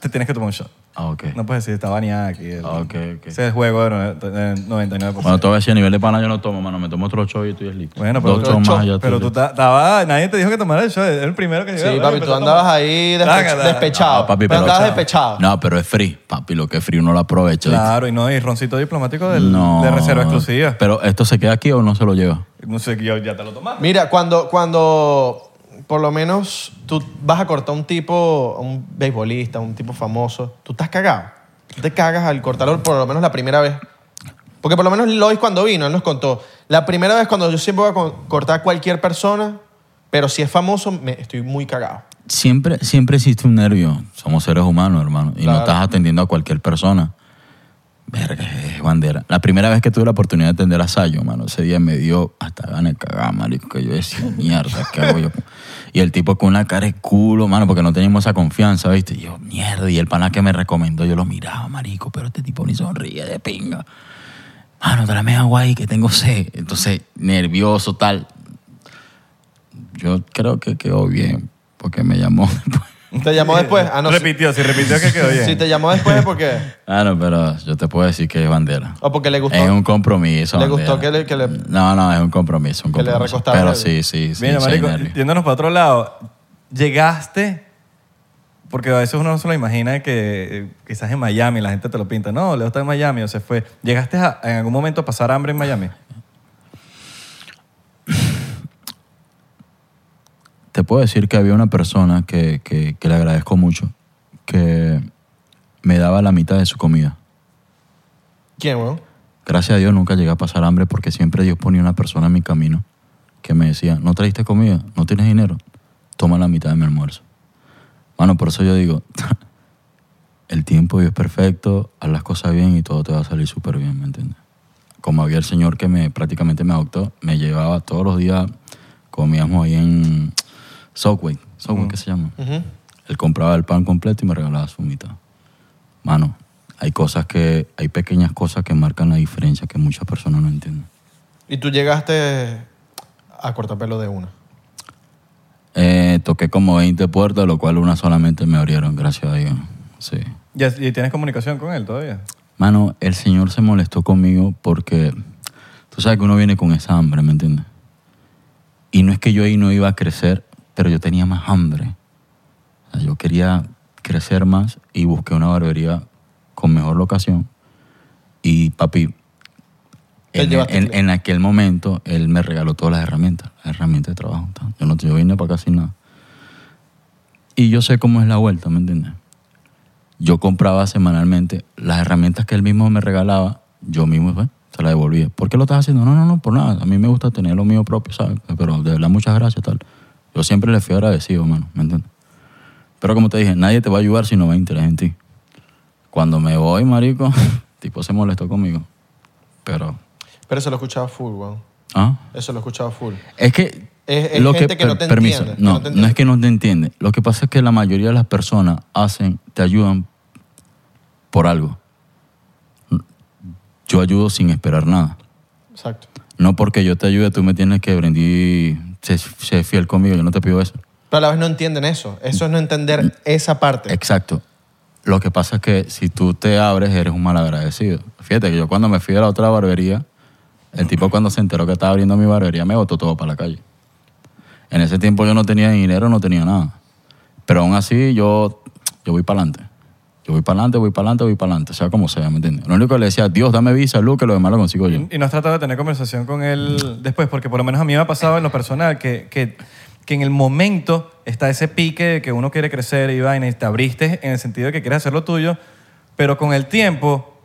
te tienes que tomar un shot. Ah, ok. No puedes decir, está baneada aquí. El- Ah, ok, ok. Ese es el juego eh, del 99%. Bueno, te voy a decir, a nivel de pana yo no tomo, mano. Me tomo otro show y tú y es listo. Bueno, pero, Dos tú, shows más y ya pero tú estoy listo. ta- estaba- nadie te dijo que tomara el show, era el primero que llegó. Sí, Bueno, papi, tú empezó a andabas tomar. ahí despe- Tácata. despechado. No, Ah, papi, pero pero- andabas despechado. No, pero es free. Papi, lo que es free uno lo aprovecha. ¿viste? Claro, y no, y roncito diplomático del- No. de reserva exclusiva. Pero esto se queda aquí o no se lo lleva. No sé, yo ya te lo tomaste. Mira, cuando, cuando por lo menos tú vas a cortar a un tipo, a un beisbolista, a un tipo famoso, tú estás cagado. Tú te cagas al cortarlo por lo menos la primera vez. Porque por lo menos Lois cuando vino, él nos contó. La primera vez cuando yo siempre voy a co- cortar a cualquier persona, pero si es famoso, me, estoy muy cagado. Siempre, siempre existe un nervio. Somos seres humanos, hermano. Y Claro. no estás atendiendo a cualquier persona. Verga, es bandera. La primera vez que tuve la oportunidad de atender a Sayo, mano, ese día me dio hasta ganas de cagar, marico, que yo decía, mierda, ¿qué hago yo? Y el tipo con una cara de culo, mano, porque no teníamos esa confianza, ¿viste? Y yo, mierda, y el pana que me recomendó, yo lo miraba, marico, pero este tipo ni sonríe de pinga. Mano, tráeme agua ahí que tengo sed. Entonces, nervioso, tal. Yo creo que quedó bien, porque me llamó después. Te llamó después. Ah, no, si- repitió, si repitió que quedó bien. Si te llamó después es porque, Claro, Ah, pero yo te puedo decir que es bandera. o porque le gustó. Es un compromiso. ¿Le bandera. gustó que le- que le- No, no, es un compromiso. Un que le compromiso. recostaron Pero el- sí, sí, sí. Mira, sí hay marico, nervio. yéndonos para otro lado, llegaste, porque a veces uno no se lo imagina que eh, quizás en Miami la gente te lo pinta. No, Leo está en Miami o se fue. ¿Llegaste a- en algún momento a pasar hambre en Miami? Te puedo decir que había una persona que, que- que le agradezco mucho, que me daba la mitad de su comida. ¿Quién, weón? Gracias a Dios nunca llegué a pasar hambre porque siempre Dios ponía una persona en mi camino que me decía, no trajiste comida, no tienes dinero, toma la mitad de mi almuerzo. Bueno, por eso yo digo, el tiempo de Dios es perfecto, haz las cosas bien y todo te va a salir súper bien, ¿me entiendes? Como había el señor que me prácticamente me adoptó, me llevaba todos los días, comíamos ahí en Subway, Subway, ¿qué se llama? Ujú. Él compraba el pan completo y me regalaba su mitad. Mano, hay cosas que, hay pequeñas cosas que marcan la diferencia que muchas personas no entienden. Y tú llegaste a cortar pelo de una. Eh, toqué como 20 puertas, lo cual una solamente me abrieron, gracias a Dios. Sí. ¿Y, as- y tienes comunicación con él todavía? Mano, el Señor se molestó conmigo porque tú sabes que uno viene con esa hambre, ¿me entiendes? Y no es que yo ahí no iba a crecer, pero yo tenía más hambre. O sea, yo quería crecer más y busqué una barbería con mejor locación. Y papi, Te en, llevaste en- cliente. en aquel momento él me regaló todas las herramientas, las herramientas de trabajo. tal. Yo no yo vine para acá sin nada. Y yo sé cómo es la vuelta, ¿me entiendes? Yo compraba semanalmente las herramientas que él mismo me regalaba, yo mismo pues, se las devolvía. ¿Por qué lo estás haciendo? No, no, no, por nada. A mí me gusta tener lo mío propio, ¿sabes? Pero de verdad, muchas gracias, tal. Yo siempre le fui agradecido, mano, ¿me entiendes? Pero como te dije, nadie te va a ayudar si no va a interés en ti. Cuando me voy, marico, el tipo se molestó conmigo. Pero, Pero eso lo escuchaba full, weón. ¿ah? Eso lo escuchaba full. Es que... Es- es gente que no te entiende, que No, no te no entiende. es que no te entiende. Lo que pasa es que la mayoría de las personas hacen, te ayudan por algo. Yo ayudo sin esperar nada. Exacto. No porque yo te ayude, tú me tienes que rendir, sé, sé fiel conmigo, yo no te pido eso. Pero a la vez no entienden eso. Eso es no entender esa parte. Exacto. Lo que pasa es que si tú te abres, eres un malagradecido. Fíjate que yo cuando me fui a la otra barbería, el tipo cuando se enteró que estaba abriendo mi barbería, me botó todo para la calle. En ese tiempo yo no tenía dinero, no tenía nada. Pero aún así yo, yo voy para adelante. Yo voy para adelante, voy para adelante, voy para adelante. O sea, como sea, ¿me entiendes? Lo único que le decía, Dios, dame visa, luz, que lo demás lo consigo yo. Y no has tratado de tener conversación con él después, porque por lo menos a mí me ha pasado en lo personal que, que, que en el momento está ese pique de que uno quiere crecer y vaina y te abriste en el sentido de que quieres hacer lo tuyo, pero con el tiempo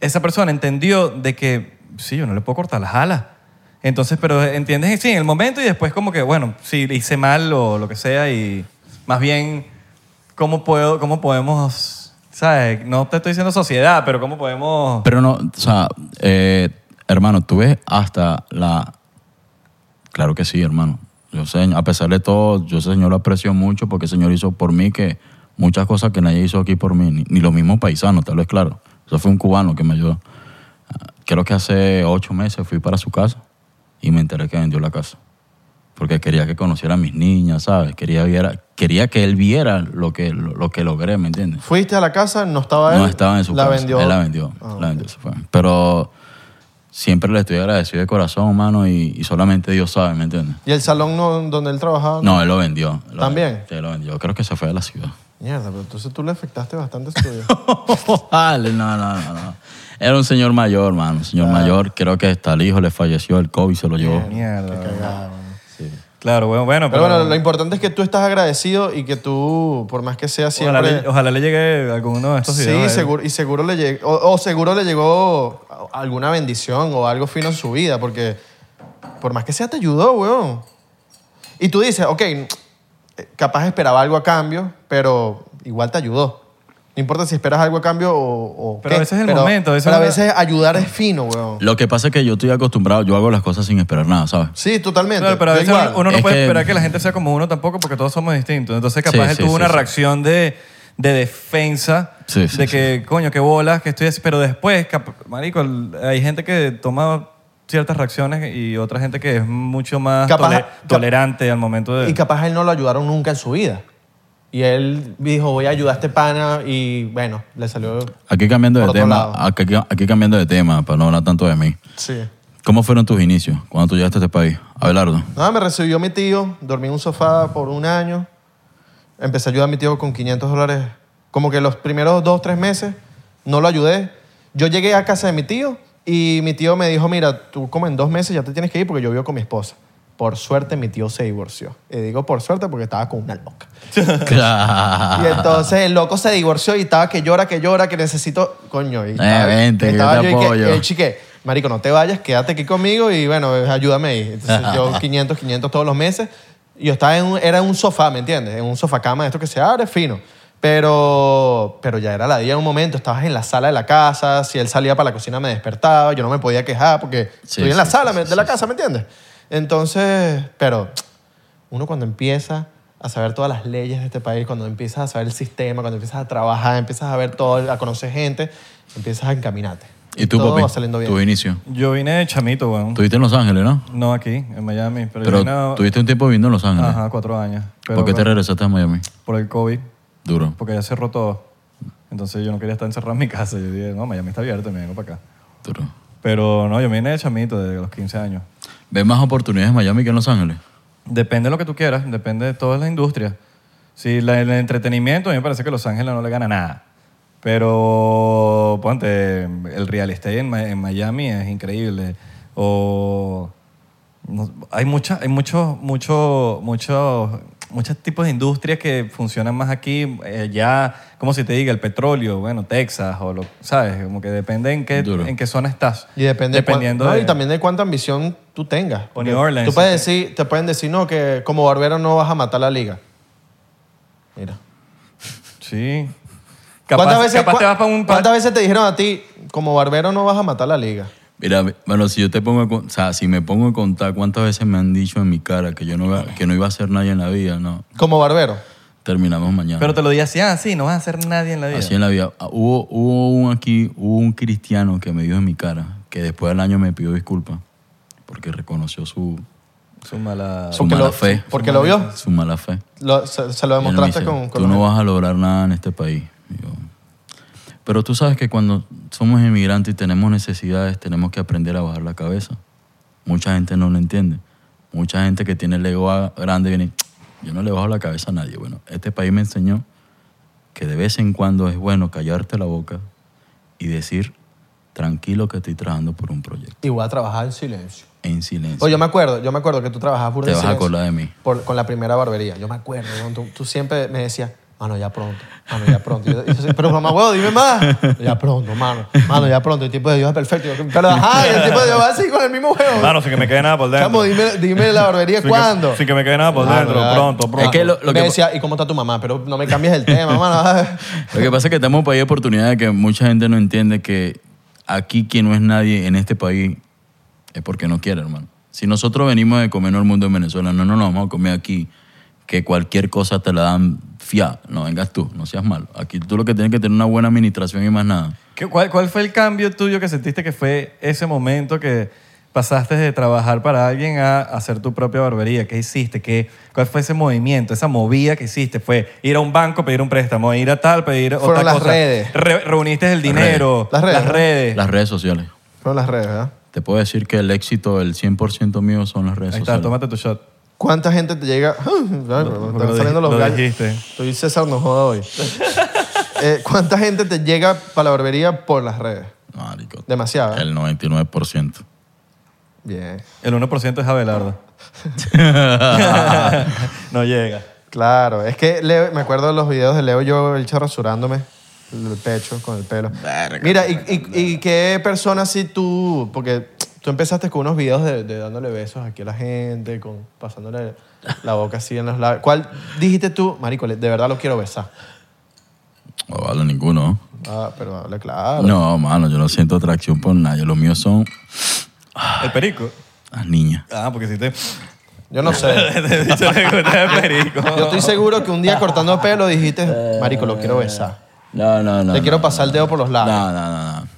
esa persona entendió de que sí, yo no le puedo cortar las alas. Entonces, pero entiendes, sí, en el momento y después como que, bueno, sí, hice mal o lo que sea y más bien, ¿cómo, puedo, cómo podemos, sabes? No te estoy diciendo sociedad, pero ¿cómo podemos... Pero no, o sea, eh, hermano, tú ves hasta la... Claro que sí, hermano. Yo sé, a pesar de todo, yo ese señor lo aprecio mucho porque el señor hizo por mí que muchas cosas que nadie hizo aquí por mí, ni, ni los mismos paisanos, tal vez, claro. Eso fue un cubano que me ayudó. Ah, Creo que hace ocho meses fui para su casa y me enteré que vendió la casa. porque quería que conociera a mis niñas, ¿sabes? Quería, viera, quería que él viera lo que, lo, lo que logré, ¿me entiendes? Fuiste a la casa, no estaba él. No estaba en su la casa. Vendió. Él la vendió. Ah, la vendió, se fue. Pero siempre le estoy agradecido de corazón, mano, y, y solamente Dios sabe, ¿me entiendes? ¿Y el salón no- donde él trabajaba? No, él lo vendió. Lo- ¿También? Sí, lo vendió. Creo que se fue a la ciudad. Mierda, pero entonces tú le afectaste bastante su vida. Dale, no, no, no, no. Era un señor mayor, mano. Un Ah. señor mayor. Creo que está el hijo, le falleció el COVID, se lo llevó. Mierda. Claro, bueno, bueno. Pero Pero, bueno, lo importante es que tú estás agradecido y que tú, por más que sea siempre... ojalá, le, ojalá le llegue alguno de estos Sí, videos a él. seguro, y seguro le llegó, o, o seguro le llegó a- alguna bendición o algo fino en su vida, porque por más que sea, te ayudó, weón. Y tú dices, ok, eh, capaz esperaba algo a cambio, pero igual te ayudó. No importa si esperas algo a cambio o... o Pero qué, ese es el momento, ese pero a es una- veces ayudar es fino, weón. Lo que pasa es que yo estoy acostumbrado, yo hago las cosas sin esperar nada, ¿sabes? Sí, totalmente. Claro, pero a Yo veces igual. uno, uno no Es puede que- esperar que la gente sea como uno tampoco porque todos somos distintos. Entonces, capaz Sí, sí, él tuvo sí, una sí. reacción de, de defensa, Sí, sí, de sí. que, coño, qué bolas, que estoy así. Pero después, cap- marico, el- hay gente que toma ciertas reacciones y otra gente que es mucho más Capaz- tole- cap- tolerante al momento de... Y capaz a él no lo ayudaron nunca en su vida. Y él dijo, voy a ayudar a este pana y bueno, le salió... Aquí cambiando Por de otro tema, lado. aquí, aquí cambiando de tema, para no hablar tanto de mí. Sí. ¿Cómo fueron tus inicios cuando tú llegaste a este país? Abelardo. Nada, Ah, me recibió mi tío, dormí en un sofá por un año. Empecé a ayudar a mi tío con 500 dólares. Como que los primeros dos, tres meses no lo ayudé. Yo llegué a casa de mi tío y mi tío me dijo, mira, tú como en dos meses ya te tienes que ir porque yo vivo con mi esposa. Por suerte mi tío se divorció. Y digo por suerte porque estaba con una loca. Claro. Y entonces el loco se divorció y estaba que llora, que llora, que necesito. Coño, y Eh, estaba, vente, que estaba yo te y apoyo. Que, el chique, marico, no te vayas, quédate aquí conmigo y bueno, ayúdame ahí. Entonces yo 500, 500 todos los meses. Y yo estaba en un, era en un sofá, ¿me entiendes? En un sofá cama, esto que se abre, fino. Pero, pero ya era la día en un momento, estabas en la sala de la casa, si él salía para la cocina me despertaba, yo no me podía quejar porque Sí, estoy en la sí, sala sí, me- de sí, la sí. casa, ¿me entiendes? Entonces, pero uno cuando empieza a saber todas las leyes de este país, cuando empiezas a saber el sistema, cuando empiezas a trabajar, empiezas a ver todo, a conocer gente, empiezas a encaminarte. ¿Y tú, todo papi? va saliendo bien. Tus inicios. Yo vine de chamito, weón. Estuviste en Los Ángeles, ¿no? No aquí, en Miami. Pero, yo Pero vine a- tuviste un tiempo viviendo en Los Ángeles. Ajá, cuatro años. Pero ¿Por qué te regresaste a Miami? Por el COVID. Duro. Porque ya cerró todo. Entonces yo no quería estar encerrado en mi casa. Yo dije, no, Miami está abierto, me vengo para acá. Duro. Pero no, yo me vine de chamito desde los 15 años. ¿Ves más oportunidades en Miami que en Los Ángeles? Depende de lo que tú quieras, depende de todas las industrias. Si la- el entretenimiento, a mí me parece que Los Ángeles no le gana nada. Pero, ponte, el real estate en, Ma- en Miami es increíble. O. no- hay mucha, hay muchos, muchos, muchos, muchos tipos de industrias que funcionan más aquí. eh, ya, como si te diga, el petróleo, bueno, Texas, o lo. ¿Sabes? Como que depende en qué, Duro. en qué zona estás. Y depende de cuán- Dependiendo no, de- y también de cuánta ambición tú tengas. O New Porque Orleans, Tú puedes decir, te pueden decir, no, que como barbero no vas a matar la liga. Mira. Sí. Capaz, capaz cua- te vas para un. pa- ¿Cuántas veces te dijeron a ti, como barbero no vas a matar la liga? Mira, bueno, si yo te pongo, a con- o sea, si me pongo a contar cuántas veces me han dicho en mi cara que yo no, iba- que no iba a ser nadie en la vida, no. Como barbero. Terminamos mañana. Pero te lo dije así, ah, sí, no vas a hacer nadie en la vida. Así en la vida. Ah, Hubo, hubo un aquí, hubo un cristiano que me dijo en mi cara que después del año me pidió disculpas porque reconoció su, Su mala... Su Porque mala lo, fe. Porque lo vio. su mala fe. Lo- se, se lo Y él me demostraste dice, con, con Tú los- no vas a lograr nada en este país. Y yo, pero tú sabes que cuando somos inmigrantes y tenemos necesidades, tenemos que aprender a bajar la cabeza. Mucha gente no lo entiende. Mucha gente que tiene el ego a- grande viene, yo no le bajo la cabeza a nadie. Bueno, este país me enseñó que de vez en cuando es bueno callarte la boca y decir, tranquilo que estoy trabajando por un proyecto, Y voy a trabajar en silencio. en silencio. Oye, yo me acuerdo, yo me acuerdo que tú trabajabas burda Te en vas a silencio acordar de mí. por- con la primera barbería. Yo me acuerdo, weón, tú, tú siempre me decías, mano, ya pronto, mano, ya pronto. Y yo- y yo, pero mamá, huevo, dime más. Ya pronto, mano, mano, ya pronto. El tiempo de Dios es perfecto. Yo, pero ajá, y el tiempo de Dios va así con el mismo huevo. Claro, sin que me quede nada por dentro. Chamo, dime, dime la barbería Sin que- cuándo. Ah, sin que me quede nada por Mano, dentro, ya. pronto, pronto. Es que lo- lo me que- decía, ¿y cómo está tu mamá? Pero no me cambies el tema, mano. Lo que pasa es que estamos en un país de oportunidades que mucha gente no entiende que aquí quien no es nadie en este país es porque no quiere, hermano. Si nosotros venimos de comernos el mundo en Venezuela, no, no nos vamos a comer aquí que cualquier cosa te la dan fiá. No vengas tú, no seas malo. Aquí tú lo que tienes que tener una buena administración y más nada. ¿Qué- cuál, cuál fue el cambio tuyo que sentiste que fue ese momento que pasaste de trabajar para alguien a hacer tu propia barbería? ¿Qué hiciste? ¿Qué, ¿Cuál fue ese movimiento, esa movida que hiciste? ¿Fue ir a un banco, pedir un préstamo, ir a tal, pedir Fueron otra las cosa? redes. Re- reuniste el dinero, Las redes. Las redes, las ¿no? redes. Las redes sociales. Fueron las redes, ¿verdad? Te puedo decir que el éxito, el 100% mío son las redes Ahí está, sociales. tómate tu shot. ¿Cuánta gente te llega? lo Están saliendo dij- los lo gallos. dijiste. Estoy César, no joda hoy. Eh, ¿Cuánta gente te llega para la barbería por las redes? Marico. Demasiado. ¿eh? El 99%. Bien. El 1% es Abelardo. no llega. Claro, es que Leo- me acuerdo de los videos de Leo yo, el charro rasurándome el pecho con el pelo. Mira, y, y- y qué persona si tú, porque tú empezaste con unos videos de, de dándole besos aquí a la gente, con, pasándole la boca así en los labios. ¿Cuál dijiste tú, marico, le- de verdad lo quiero besar? No vale ninguno. Ah, pero habla claro. No, mano, yo no siento atracción por nadie. Los míos son El perico. las niñas. Ah, porque si te. Yo no sé. Te he dicho que gusta el perico. Yo estoy seguro que un día cortando pelo dijiste, marico, lo quiero besar. No, no, no. Le no, quiero no, pasar el dedo por los No, labios. no, no. No,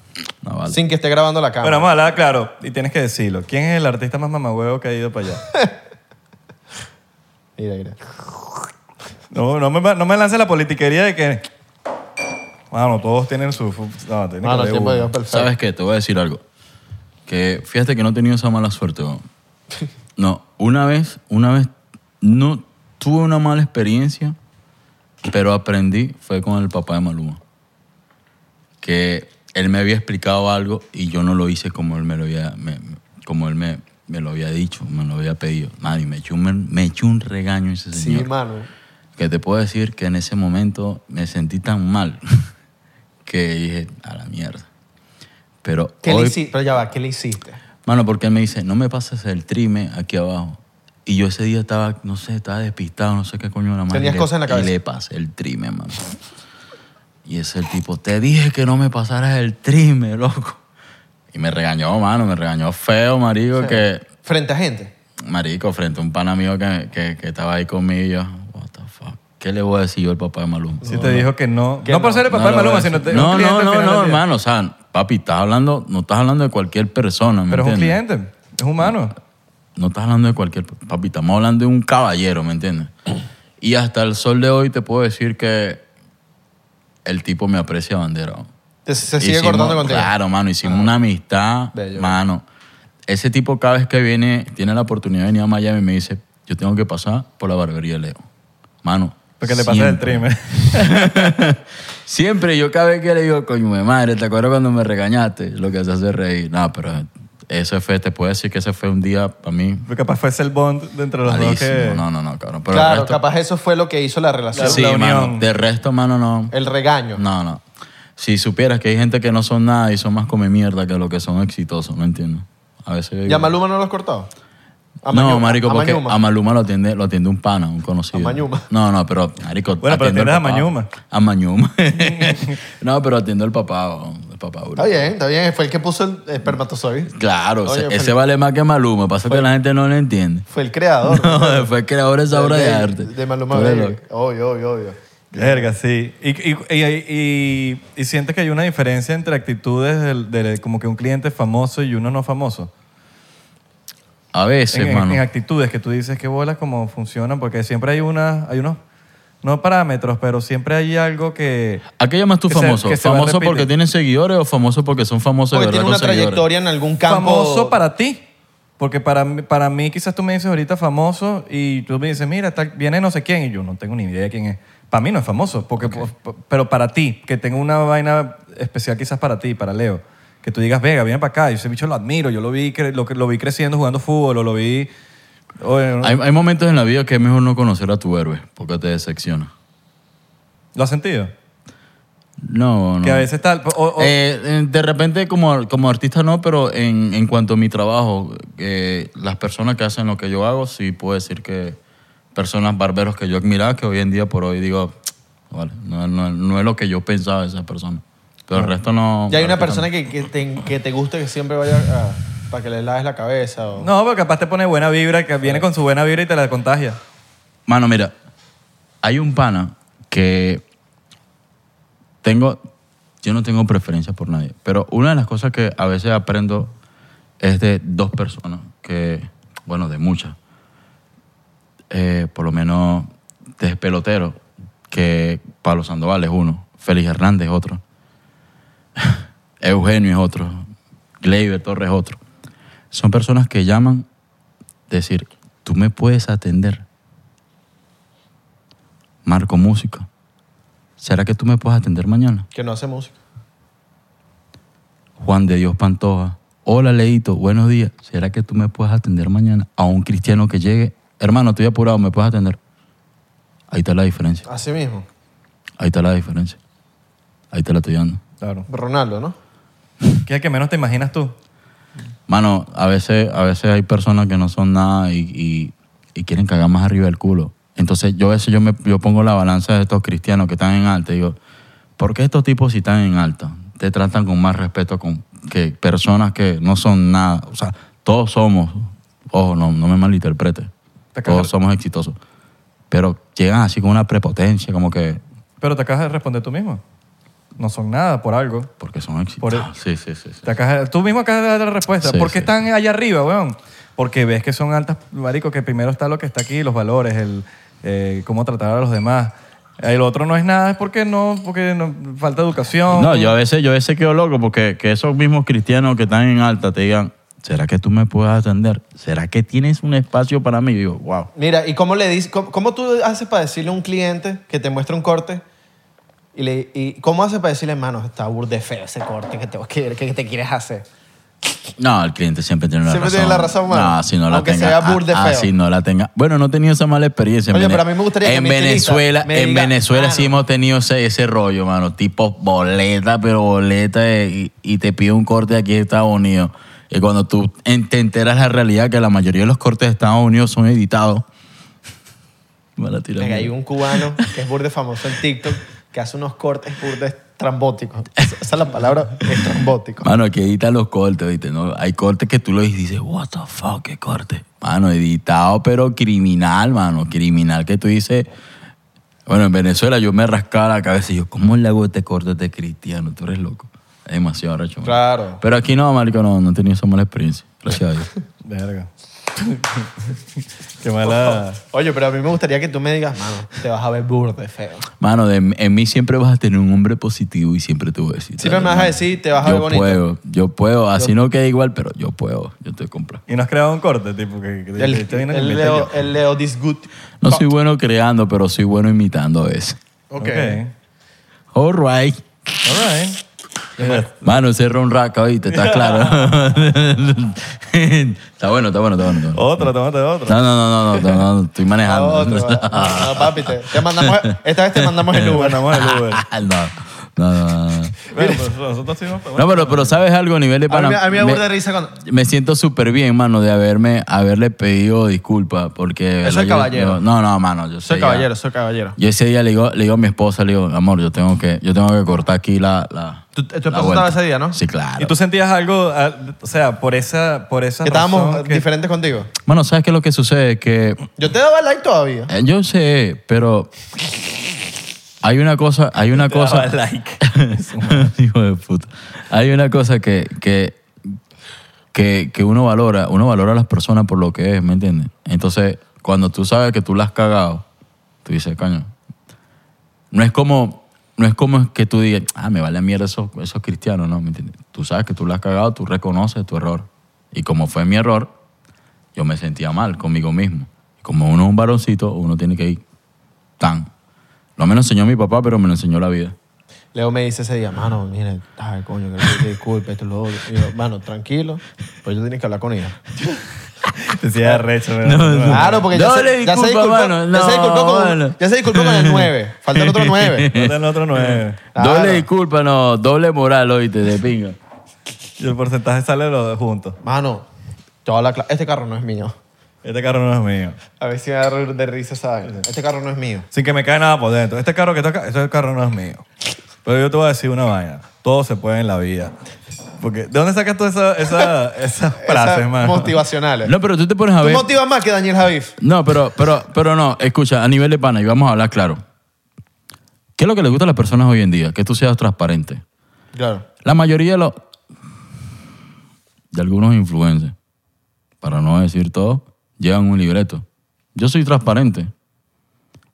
no vale. Sin que esté grabando la Bueno, cámara. vamos a hablar claro. Y tienes que decirlo. ¿Quién es el artista más mamagüevo que ha ido para allá? Mira, mira. No, no me, no me lances la politiquería de que. Mano, todos tienen su. fu- No, tiene Mano, que haber Ah, tiempo uno. de Dios perfecto. ¿Sabes qué? Te voy a decir algo. Que fíjate que no he tenido esa mala suerte. weón. No, una vez, una vez, no tuve una mala experiencia, pero aprendí, fue con el papá de Maluma. Que él me había explicado algo y yo no lo hice como él me lo había, me- me- como él me, me lo había dicho, me lo había pedido. Mami, me echó un, me echó un regaño ese Sí, señor mano. que te puedo decir que en ese momento me sentí tan mal que dije, a la mierda. Pero ¿Qué hoy- le hiciste? Pero ya va, ¿qué le hiciste? Mano, porque él me dice, no me pases el trime aquí abajo. Y yo ese día estaba, no sé, estaba despistado, no sé qué coño de la madre. Tenías Y le- cosas en la cabeza. Y le pasé el trime, mano. Y ese el tipo, te dije que no me pasaras el trime, loco. Y me regañó, mano, me regañó feo, marico, que... Frente a gente. Marico, frente a un pana mío que, que- que estaba ahí conmigo, y yo, what the fuck, ¿qué le voy a decir yo al papá de Maluma? Si te dijo que no. Que No por no. ser el papá de le voy Maluma, a sino decir- te- No, un cliente no, al no, final no, del día. hermano, o sea, papi, estás hablando, no estás hablando de cualquier persona, ¿me Pero es un entiendes? cliente, es humano. No estás hablando de cualquier, papi, estamos hablando de un caballero, ¿me entiendes? Y hasta el sol de hoy te puedo decir que el tipo me aprecia bandera. ¿no? Te- se sigue Hicimos- cortando contigo. Claro, mano, hicimos Ah. una amistad, Bello. mano. Ese tipo cada vez que viene, tiene la oportunidad de venir a Miami, me dice, yo tengo que pasar por la barbería de Leo. Mano. Porque le pasé el siempre. trimmer. Siempre yo cada vez que le digo, coño de madre, ¿te acuerdas cuando me regañaste? Lo que se hace reír. No, pero ese fue, te puedo decir que ese fue un día para mí Porque capaz fuese el bond de entre los dos que. malísimo. No, no, no, cabrón. Pero el claro, resto- capaz eso fue lo que hizo la relación. Claro. Sí, la mano, unión. De resto, mano, no. El regaño. No, no. Si supieras que hay gente que no son nada y son más come mierda que lo que son exitosos, no entiendo. A veces yo ¿Y a digo, Maluma no lo has cortado? A no, Mañuma, marico, a porque Mañuma. a Maluma lo atiende, lo atiende un pana, un conocido. A Mañuma. No, no, pero marico. Bueno, pero atiende atiendes al a papá. Mañuma. A Mañuma. no, pero atiendo al papá, o- el papá. bro. Está bien, está bien. Fue el que puso el espermatozoide. Claro, Oye, ese- Felipe. ese vale más que Maluma, pasa que la gente no lo entiende. Fue el creador. No, fue el creador de esa obra de, arte. De Maluma Tú eres Baby. loco. Obvio, obvio, obvio. Verga, sí. Y, y, y, y- y sientes que hay una diferencia entre actitudes del, del- como que un cliente famoso y uno no famoso. A veces, en, en- mano. en actitudes que tú dices que bolas cómo funcionan, porque siempre hay unas, hay unos, no parámetros, pero siempre hay algo que. ¿A qué llamas tú que se- famoso? que se va ¿Famoso repite. porque tienen seguidores o famoso porque son famosos Porque de verdad tiene una con seguidores? trayectoria en algún campo. famoso para ti. Porque para, mí- para mí quizás tú me dices ahorita famoso y tú me dices, mira, tal- viene no sé quién y yo no tengo ni idea de quién es. Para mí no es famoso, porque, po- pero para ti, que tengo una vaina especial quizás para ti, para Leo, que tú digas, venga, viene para acá, yo ese bicho lo admiro, yo lo vi, cre- lo, que- lo vi creciendo jugando fútbol, o lo vi... o, eh, Hay, hay momentos en la vida que es mejor no conocer a tu héroe porque te decepciona. ¿Lo has sentido? No, no. Que a veces tal... o- o- Eh, eh, de repente, como, como artista, no, pero en, en cuanto a mi trabajo, eh, las personas que hacen lo que yo hago, sí puedo decir que personas barberos que yo admiraba, que hoy en día por hoy digo, vale, no, no- no es lo que yo pensaba de esa persona. Pero el resto no. Ah. Ya hay una artista no. persona que, que, te, que te guste que siempre vaya a- para que le laves la cabeza. O... no, porque capaz te pone buena vibra, que viene con su buena vibra y te la contagia. Mano, mira, hay un pana que tengo, yo no tengo preferencia por nadie, pero una de las cosas que a veces aprendo es de dos personas que, bueno, de muchas. Eh, por lo menos de pelotero, que Pablo Sandoval es uno, Félix Hernández es otro, Eugenio es otro, Gleyber Torres es otro. Son personas que llaman decir, tú me puedes atender. Marco Música. ¿Será que tú me puedes atender mañana? Que no hace música. Juan de Dios Pantoja. Hola, Leito, buenos días. ¿Será que tú me puedes atender mañana a un cristiano que llegue? Hermano, estoy apurado, ¿me puedes atender? Ahí está la diferencia. Así mismo. Ahí está la diferencia. Ahí te la estoy dando. Claro. Ronaldo, ¿no? ¿Qué es el que menos te imaginas tú? Mano, a veces, a veces hay personas que no son nada y, y- y quieren cagar más arriba del culo. Entonces yo a veces yo, me, yo pongo la balanza de estos cristianos que están en alta y digo, ¿por qué estos tipos si están en alta te tratan con más respeto con, que personas que no son nada? O sea, todos somos, ojo, no, no me malinterprete, Te acabas todos somos exitosos. Pero llegan así con una prepotencia, como que, Pero te acabas de responder tú mismo. No son nada por algo. porque son Por exitosos. sí, sí, sí, sí. Te acabas de- tú mismo acabas de dar la respuesta. Sí, ¿Por qué sí. están allá arriba, weón? Porque ves que son altas, marico, que primero está lo que está aquí, los valores, el eh, cómo tratar a los demás. El otro no es nada, es porque no, porque no- falta educación. No, yo a veces, yo a veces quedo loco porque que esos mismos cristianos que están en alta te digan, ¿será que tú me puedes atender? ¿Será que tienes un espacio para mí? Yo digo, wow. Mira, ¿y cómo le dices, cómo, cómo tú haces para decirle a un cliente que te muestra un corte? Y, le, y cómo haces para decirle, hermano, está burde feo ese corte que te, que, que te quieres hacer? No, el cliente siempre tiene la Siempre razón. tiene la razón, mano. No, si no la Aunque tenga. se vea burde ah, feo. si no la tenga. Bueno, no he tenido esa mala experiencia. en Oye, Vene- pero a mí me gustaría que En mi estilista Venezuela, me en diga, Venezuela sí "Mano". hemos tenido ese, ese rollo, mano. Tipo boleta, pero boleta. eh, Y, y te pide un corte aquí de Estados Unidos. Y cuando tú en- te enteras la realidad que la mayoría de los cortes de Estados Unidos son editados. Me la tiré. Venga, hay un cubano que es burde famoso en TikTok que hace unos cortes burdes trambóticos. Esa esa es la palabra, es trambótico. Mano, que edita los cortes, ¿viste? No, hay cortes que tú lo dices y dices, what the fuck, qué corte. Mano, editado, pero criminal, mano. Criminal que tú dices. Bueno, en Venezuela yo me rascaba la cabeza y yo, ¿cómo le hago este corte a este cristiano? Tú eres loco. Es demasiado recho. mano. Claro. Pero aquí no, marico, no, no he tenido esa mala experiencia. Gracias a Dios. Verga. Qué mala. Oye, pero a mí me gustaría que tú me digas, mano, te vas a ver burde feo. Mano, de- en mí siempre vas a tener un hombre positivo y siempre te voy a decir. Siempre "Dale, me vas a mano, decir, te vas a ver bonito". Yo puedo, yo puedo. Así no queda igual, pero yo puedo. Yo te compro. Y no has creado un corte, tipo, que, que El, te viene el el Leo, el Leo This Good. No soy bueno creando, pero soy bueno imitando a veces. Ok. All right. All right. Mano, cerró un rack ahorita, está claro. está bueno, está bueno, está bueno. está bueno. Otro, tómate otro. No, no, no, no, no, Ah, no, no, estoy manejando. Otro, ah. no, papi, te, te mandamos, esta vez te mandamos el Uber. Mandamos el Uber. no, no, no, no. Bueno, pues nosotros sí vamos- No, pero, pero sabes algo a nivel de A mí, a mí me me- aburre de risa cuando... me siento súper bien, mano, de haberme, haberle pedido disculpas porque... Eso es yo- caballero. yo- no, no, mano, yo soy Soy caballero, soy caballero. Yo ese día le digo, le digo a mi esposa, le digo, amor, yo tengo que, yo tengo que cortar aquí la... la Tu- tu la esposa vuelta". estaba ese día, ¿no? Ah, Sí, claro. Y tú sentías algo, ah, o sea, por esa, por esa Que estábamos razón que- diferentes contigo. Bueno, ¿sabes qué es lo que sucede? Que Yo te daba like todavía. eh, yo sé, pero hay una cosa, hay una Te daba cosa. like. Hijo de puta. Hay una cosa que, que, que, que uno valora, uno valora a las personas por lo que es, ¿me entiendes? Entonces, cuando tú sabes que tú la has cagado, tú dices, coño. No es como, no es como que tú digas, ah, me vale mierda esos, esos cristianos, ¿no? ¿Me entiendes? Tú sabes que tú la has cagado, tú reconoces tu error. Y como fue mi error, yo me sentía mal conmigo mismo. Como uno es un varoncito, uno tiene que ir tan. No me lo enseñó mi papá, pero me lo enseñó la vida. Leo me dice ese día, mano, mire, ay, coño, que te disculpe, esto es lo otro. Y yo, mano, tranquilo, pues yo tienes que hablar con ella. Decía recho, Ah, ¿verdad? Claro, porque ya, No, se, le ya disculpa, se disculpó, mano, ya se no, disculpó con, mano. ya se disculpó con el 9. Falta el otro 9. No te dan otro nueve. Claro. Doble disculpa, no, doble moral, oíste, de pinga. Y el porcentaje sale los dos juntos. Mano, toda la cla- este carro no es mío. Este carro no es mío. A ver si me agarro de risa esa vaina. Este carro no es mío. Sin que me caiga nada por dentro. Este carro que toca, este carro no es mío. Pero yo te voy a decir una vaina. Todo se puede en la vida. Porque, ¿de dónde sacas tú esa, esa, esas frases, Esas mano? Motivacionales. No, pero tú te pones a Tú ver. motivas más que Daniel Javif. No, pero, pero, pero no, escucha, a nivel de pana, y vamos a hablar claro. ¿Qué es lo que le gusta a las personas hoy en día? Que tú seas transparente. Claro. La mayoría de los. de algunos influencers, para no decir todo, llevan un libreto. Yo soy transparente.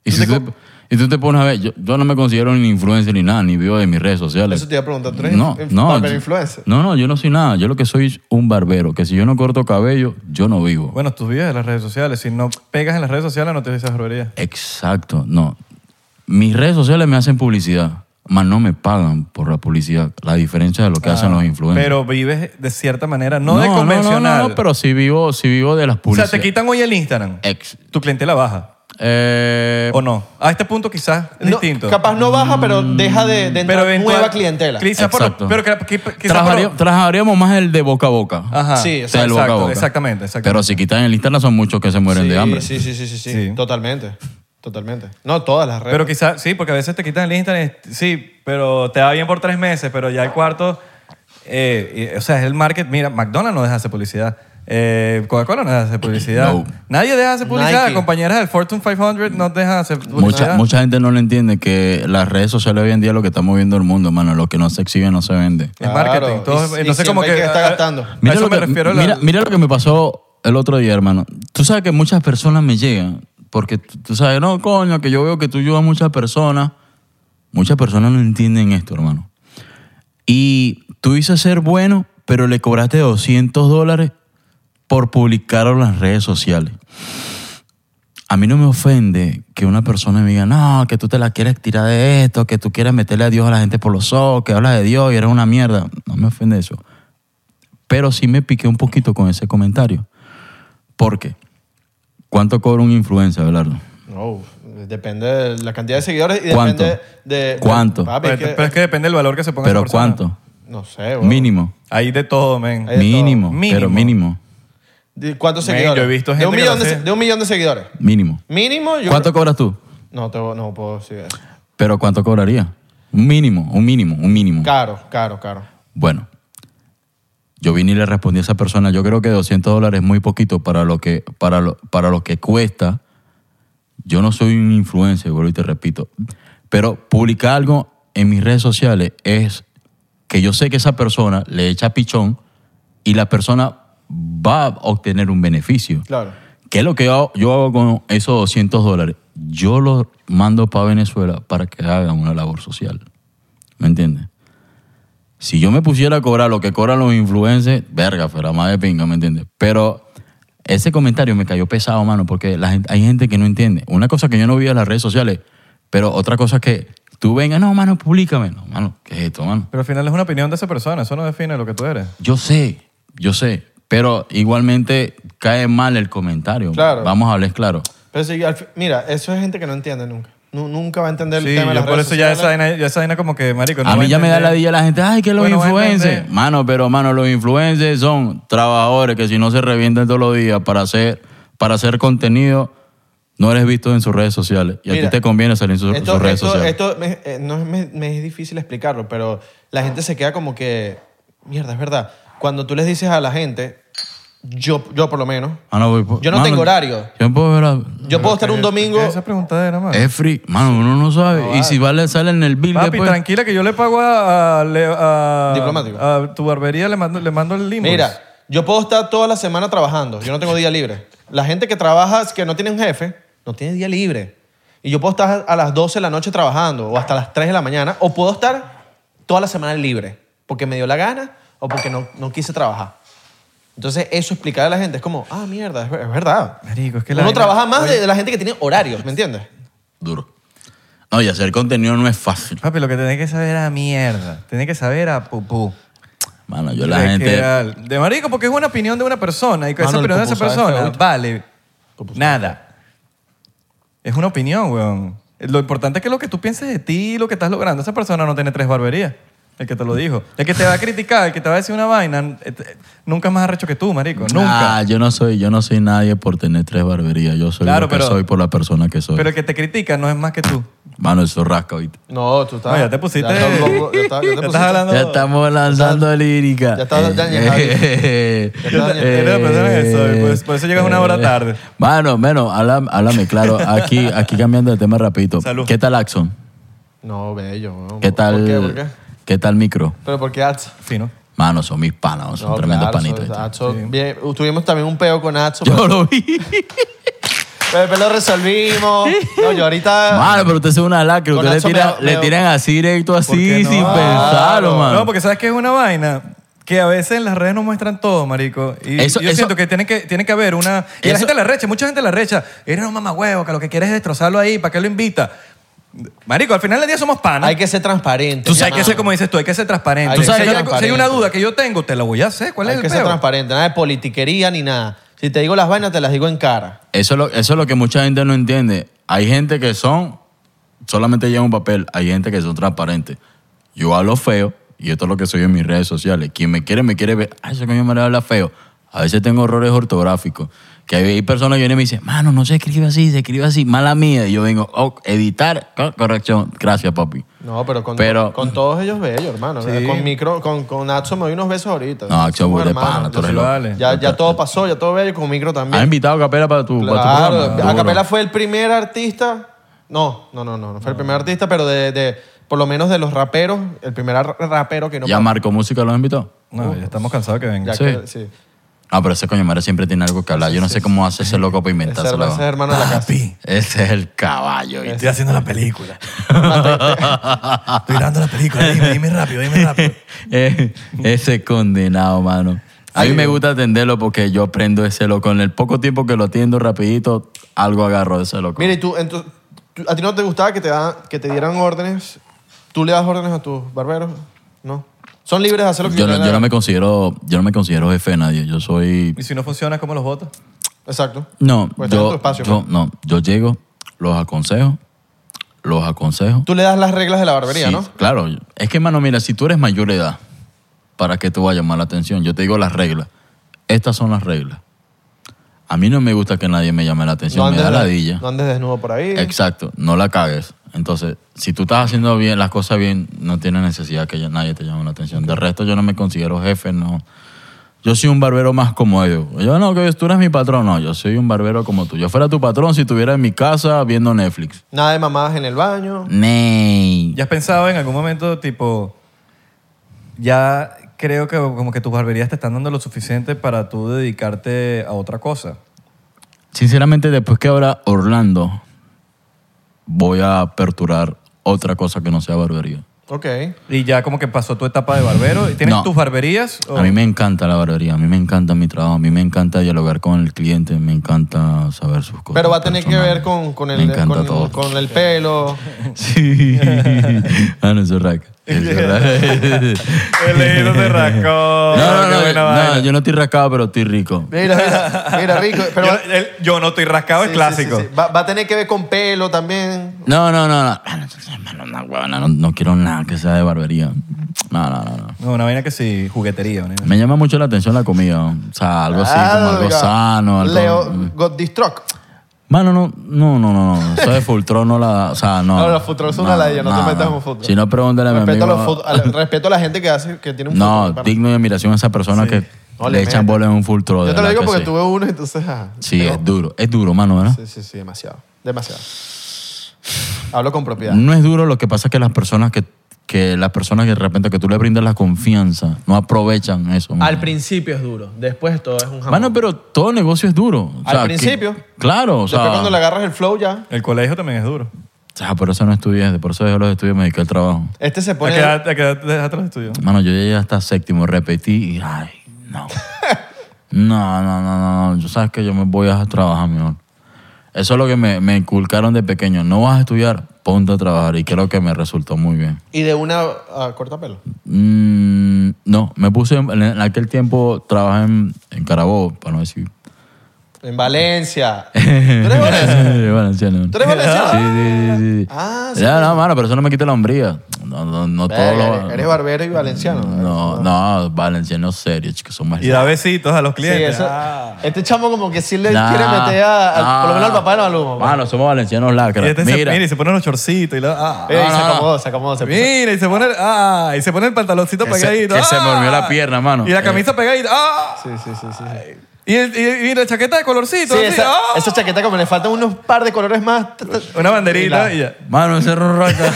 Y, si tú, y tú te pones a ver, yo, yo no me considero ni influencer ni nada, ni vivo de mis redes sociales. Eso te iba a preguntar, ¿tú eres no, inf- no, barber yo- influencer? No, no, yo no soy nada. Yo lo que soy es un barbero, que si yo no corto cabello, yo no vivo. Bueno, tú vives de las redes sociales. Si no pegas en las redes sociales, no te dices barbería. Exacto, no. Mis redes sociales me hacen publicidad, más no me pagan por la publicidad. La diferencia de lo que Ah, hacen los influencers. Pero vives de cierta manera, no, de no, convencional. No, no, no, pero si vivo, si vivo de las o sea, publicidades. te quitan hoy el Instagram. Ex- Tu clientela baja. eh, ¿O no? A este punto quizás es No, distinto. Mm, Capaz no baja, pero deja de, de entrar pero eventual- nueva clientela. Quizás por- Exacto. pero que- que- quizás trabajaría- por- trabajaríamos más el de boca a boca. Ajá. Sí, O sea, el boca a exacto, boca. Exactamente, exactamente. Pero si quitan el Instagram son muchos que se mueren sí, de hambre. Sí, sí, sí, sí, sí, Sí. Totalmente. Totalmente. No, todas las redes. Pero quizás, sí, porque a veces te quitan el Instagram, sí, pero te va bien por tres meses, pero ya el cuarto, eh, y- o sea, es el market. Mira, McDonald's no deja de hacer publicidad. Eh, Coca-Cola no deja de hacer publicidad. No. Nadie deja de hacer publicidad. Nike. Compañeras del Fortune 500 no dejan de hacer publicidad. Mucha, mucha gente no le entiende que las redes sociales hoy en día es lo que está moviendo el mundo, mano. Lo que no se exhibe no se vende. Es Claro, marketing. Todo, y- y entonces, como que. siempre hay que estar gastando. A, Mira, eso lo que, me refiero. la- mira, mira lo que me pasó el otro día, hermano. Tú sabes que muchas personas me llegan porque tú tú sabes, no, coño, que yo veo que tú ayudas a muchas personas. Muchas personas no entienden esto, hermano. Y tú dices ser bueno, pero le cobraste 200 dólares por publicarlo en las redes sociales. A mí no me ofende que una persona me diga, no, que tú te la quieres tirar de esto, que tú quieres meterle a Dios a la gente por los ojos, que hablas de Dios y eres una mierda. No me ofende eso. Pero sí me piqué un poquito con ese comentario. ¿Por qué? ¿Cuánto cobra un influencer, Abelardo? No, depende de la cantidad de seguidores y ¿Cuánto? depende de... ¿Cuánto? Papi, pero, es que- pero es que depende del valor que se ponga. ¿Pero esa persona. cuánto? no sé, bro. Mínimo. Hay de todo, men. Hay de Mínimo, todo. pero Mínimo. mínimo, ¿De ¿Cuántos Men, seguidores? yo he visto De gente un que millón lo de, hace. de un millón de seguidores. mínimo. Mínimo, yo... ¿Cuánto cobras tú? No, te, no puedo decir eso. ¿Pero cuánto cobraría? Un mínimo, un mínimo, un mínimo. Caro, caro, caro. Bueno, yo vine y le respondí a esa persona, yo creo que 200 dólares es muy poquito para lo que, para lo, para lo que cuesta. Yo no soy un influencer, vuelvo y te repito. Pero publicar algo en mis redes sociales es que yo sé que esa persona le echa pichón y la persona va a obtener un beneficio. Claro. ¿Qué es lo que yo, yo hago con esos 200 dólares? Yo los mando para Venezuela para que hagan una labor social. ¿Me entiendes? Si yo me pusiera a cobrar lo que cobran los influencers, verga, fuera más de pinga, ¿me entiendes? Pero ese comentario me cayó pesado, mano, porque la gente- hay gente que no entiende. Una cosa que yo no vi en las redes sociales, pero otra cosa es que tú vengas, no, mano, públicame. No, mano, ¿qué es esto, mano? Pero al final es una opinión de esa persona. Eso no define lo que tú eres. Yo sé, yo sé, pero igualmente cae mal el comentario. Claro. Vamos a hablar claro. Pero sí, al fin- mira, eso es gente que no entiende nunca. Nu- nunca va a entender Sí, el tema de yo las por redes eso ya sociales. esa, vaina, ya esa vaina como que, marico, no a va mí ya me da la entender. dilla la gente, ay, que los Bueno, bueno, influencers. entender. mano, pero mano, los influencers son trabajadores que si no se revientan todos los días para hacer, para hacer contenido, no eres visto en sus redes sociales. Y a Mira, ti te conviene salir en su- esto, sus redes esto- sociales. esto me, eh, no es, me, me es difícil explicarlo, pero la gente se queda como que, mierda, es verdad. Cuando tú les dices a la gente, yo, yo por lo menos, Ah, no, voy por- yo no tengo horario. Yo no puedo ver a- yo puedo estar un domingo... Esa preguntadera, mano. Es free. Mano, uno no sabe. y si vale, sale en el bill Papi, después. tranquila que yo le pago a, a- le- a- Diplomático. a tu barbería, le mando, le mando el limbo. Mira, yo puedo estar toda la semana trabajando, yo no tengo día libre. La gente que trabaja, que no tiene un jefe, no tiene día libre. Y yo puedo estar a las 12 de la noche trabajando o hasta las 3 de la mañana, o puedo estar toda la semana libre, porque me dio la gana o porque no, no quise trabajar. Entonces, eso explicar a la gente es como, ah, mierda, es, ver- es verdad. Marico, es que la Uno vaina- trabaja más de, de la gente que tiene horarios, ¿me entiendes? Duro. No, y hacer contenido no es fácil. Papi, lo que tenés que saber a mierda. Tenés que saber a pupú. Mano, yo la Le gente. queda al- De marico, porque es una opinión de una persona. Y con esa Mano, el opinión de esa pupú sabe persona, feo. vale. Nada. Es una opinión, weón. Lo importante es que lo que tú pienses de ti, lo que estás logrando, esa persona no tiene tres barberías. El que te lo dijo. El que te va a criticar, el que te va a decir una vaina, eh, eh, nunca es más arrecho que tú, marico. Nunca. Ah, yo no soy, yo no soy nadie por tener tres barberías. Yo soy lo Claro, que pero- soy por la persona que soy. Pero el que te critica no es más que tú. Mano, eso rasca ahorita. No, tú estás... No, ya te pusiste. Ya, estás loco, ya estás- ya te estás pusiste- hablando. Ya estamos lanzando lírica. ya está- ya- Eh, ya- ya está- ya- eh, ya está- ya está- ya está- por eso- por eso llegas una hora tarde. Mano, menos, háblame, háblame, claro. Aquí, aquí cambiando de tema rapidito. Salud. ¿Qué tal Axon? No, bello. no. ¿Qué tal? ¿Por qué? ¿Por qué? qué tal micro? ¿Pero por qué ads? Fino. Mano, son mis panas, son No, tremendos claro, panitas. so- ¿viste? Atso, bien. Tuvimos también un peo con Atso, pero, Yo lo vi. pero después lo resolvimos. No, yo ahorita... Mano, pero usted es una lacra. Con Usted le, eso me tira- da- me le da- tiran así directo, qué así, no? sin Claro. pensarlo, mano. No, porque sabes que es una vaina que a veces las redes no muestran todo, marico. Y Eso- yo eso- siento que tiene que, tiene que haber una... Y la Eso- gente la recha, mucha gente la recha. Eres un mamagüevo, que lo que quieres es destrozarlo ahí, ¿para qué lo invita? Marico, al final del día somos panas. Hay que ser transparente. Tú sabes ya, que ser, mano. como dices tú, hay que ser transparente. Hay que si, hay ser algo- si hay una transparente. duda que yo tengo, te la voy a hacer. ¿Cuál es Hay el que ser peo? transparente, nada de politiquería ni nada. Si te digo las vainas, te las digo en cara. Eso es, lo, eso es lo que mucha gente no entiende. Hay gente que son, solamente llevan un papel, hay gente que son transparentes. Yo hablo feo, y esto es lo que soy en mis redes sociales. Quien me quiere, me quiere ver, ay, ese coño me habla feo. A veces tengo errores ortográficos. Que hay, hay personas que vienen y me dicen, mano, no se escribe así, se escribe así, mala mía. Y yo vengo, oh, editar, co- corrección, gracias papi. No, pero con, Pero- con todos ellos bello, hermano. Sí. Con micro, con, con Atso me doy unos besos ahorita. No, Atso, Somos de hermanos. pana, tú eres Sí, loco. vale. Ya, ya todo pasó, ya todo bello, con micro ¿Has también. invitado a Capela para tu, para tu Claro, programa? Duro. Acapela fue el primer artista. No, no, no, no, no fue el primer artista, pero de, de- por lo menos de los raperos, el primer ar- rapero que no. ¿Ya Marco Música lo has invitado? No, ya estamos cansados que venga. Ya Sí. que- sí. Ah, pero ese coño madre siempre tiene algo que hablar. Yo no sé cómo hace ese loco para Ese, herma- inventárselo. ese es hermano de Ah, la casa. Papi, Ese es el caballo. ¿viste? estoy haciendo la película. estoy grabando la película. Dime, dime rápido, dime rápido. Eh, ese condenado, mano. A mí me gusta atenderlo porque yo aprendo ese loco. En el poco tiempo que lo atiendo rapidito, algo agarro de ese loco. Mira, y tú, ento- tú- a ti no te gustaba que te, da- que te dieran órdenes. ¿Tú le das órdenes a tus barberos? No. Son libres de hacer lo que yo, no, quieran. yo no me considero, yo no me considero jefe de nadie. Yo soy. Y si no funciona, ¿cómo los votas? Exacto. No, Pues estás en yo, tu espacio, yo- pues. no, yo llego, los aconsejo, los aconsejo. Tú le das las reglas de la barbería, Sí, ¿no? Claro. Es que, mano, mira, si tú eres mayor de edad, ¿para qué te va a llamar la atención? Yo te digo las reglas. Estas son las reglas. A mí no me gusta que nadie me llame la atención. me da de- ladilla. no andes desnudo por ahí. Exacto. No la cagues. Entonces, si tú estás haciendo bien las cosas bien, no tienes necesidad que ya- nadie te llame la atención. De resto, yo no me considero jefe, no. Yo soy un barbero más como ellos. Yo no, que tú eres mi patrón. No, yo soy un barbero como tú. Yo fuera tu patrón si estuviera en mi casa viendo Netflix. Nada de mamadas en el baño. Ney. ¿Ya has pensado en algún momento, tipo, ya creo que como que tus barberías te están dando lo suficiente para tú dedicarte a otra cosa? Sinceramente, después que abra Orlando, voy a aperturar otra cosa que no sea barbería. Ok. Y ya como que pasó tu etapa de barbero. ¿Y ¿Tienes No. tus barberías? o- A Oh. mí me encanta la barbería, a mí me encanta mi trabajo, a mí me encanta dialogar con el cliente, me encanta saber sus cosas. Pero va a tener que personales. ver con, con, Me el, encanta con, todo. con el pelo. Sí. ah, no, eso es raca. Eso es raca. He leído de racón. No, Oh, no, Qué no, buena no, vaina. yo no estoy rascado, pero estoy rico. Mira, mira, mira, rico. Pero yo, va- sí, el- yo no estoy rascado, sí, es clásico. sí, sí. Va, va a tener que ver con pelo también. No, no, no, no. Ah, no, no, no, no, no quiero nada que sea de barbería. No, no, no, no. No, una vaina que sí, juguetería. una vaina. Me llama mucho la atención la comida. O sea, algo así, como algo Alga. sano. Algo... mm. Leo, God Distruck. Mano, no, no, no, no. no. Eso de Fultron no la. O sea, no. No, los Fultrons son una ladilla, no te metas con Fultron. Si no, pregúntale a mi Respeto a, los amigo. fut- al- respeto a la gente que hace que tiene un No, fútbol, pana. digno de admiración a esa persona que No, le le echan mete. bola en un Fultron. Yo de te lo verdad digo que porque sí. tuve uno, entonces. ajá. Sí, Pero- es duro. Es duro, mano, ¿verdad? Sí, sí, sí, demasiado. Demasiado. Hablo con propiedad. No es duro, lo que pasa es que las personas que, que las personas que de repente que tú le brindas la confianza no aprovechan eso. mano. Al principio es duro, después todo es un jamón. Mano, pero todo negocio es duro. O Al sea, que- principio. claro, o después sea. cuando le agarras el flow ya, El colegio también es duro. Ah, por eso no estudié, por eso dejé los estudios y me dediqué al trabajo. este se ¿A pone... qué edad- a qué edad dejaste los estudios? Mano, yo llegué hasta séptimo, repetí y ay, no. No, no, no, no, no. Yo sabes que yo me voy a trabajar, mejor. Eso es lo que me, me inculcaron de pequeño. No vas a estudiar, ponte a trabajar. Y creo que me resultó muy bien. Y de una a corta pelo. Mm, no, me puse, en, en aquel tiempo trabajé en, en Carabobo, para no decir. En Valencia. ¿Tú eres valenciano? Valenciano. ¿Tú eres valenciano? Sí, sí, sí. sí. Ah, sí. Ya, no, mano, pero eso no me quita la hombría. No, no, no todo Verga, lo- Eh, eres, eres barbero y valenciano. No, no, valencianos serios, chicos, son más Y da besitos a los Sí, clientes. eso- Ah. Este chamo como que sí le Nah, quiere meter a, al- por lo menos al pues. papá de Maluma. Mano, somos valencianos lacra. Y este se- Mira, mira, y se ponen los chorcitos y la- ah. Ey, no, Eh, se no, no. acomodó, se acomodó. Se puso- Mira, y se pone, ah, y se pone el pantaloncito Que se- pegadito. que se ah. me durmió la pierna, mano. Y la Eh. camisa pegadita. Ah. Sí, sí, sí. sí. sí. Y, el- y- y la chaqueta de colorcito. Sí, así, esa, ah. esa chaqueta como le faltan unos par de colores más. ta, ta, Una banderita la- y ya. mano, ese ron raca.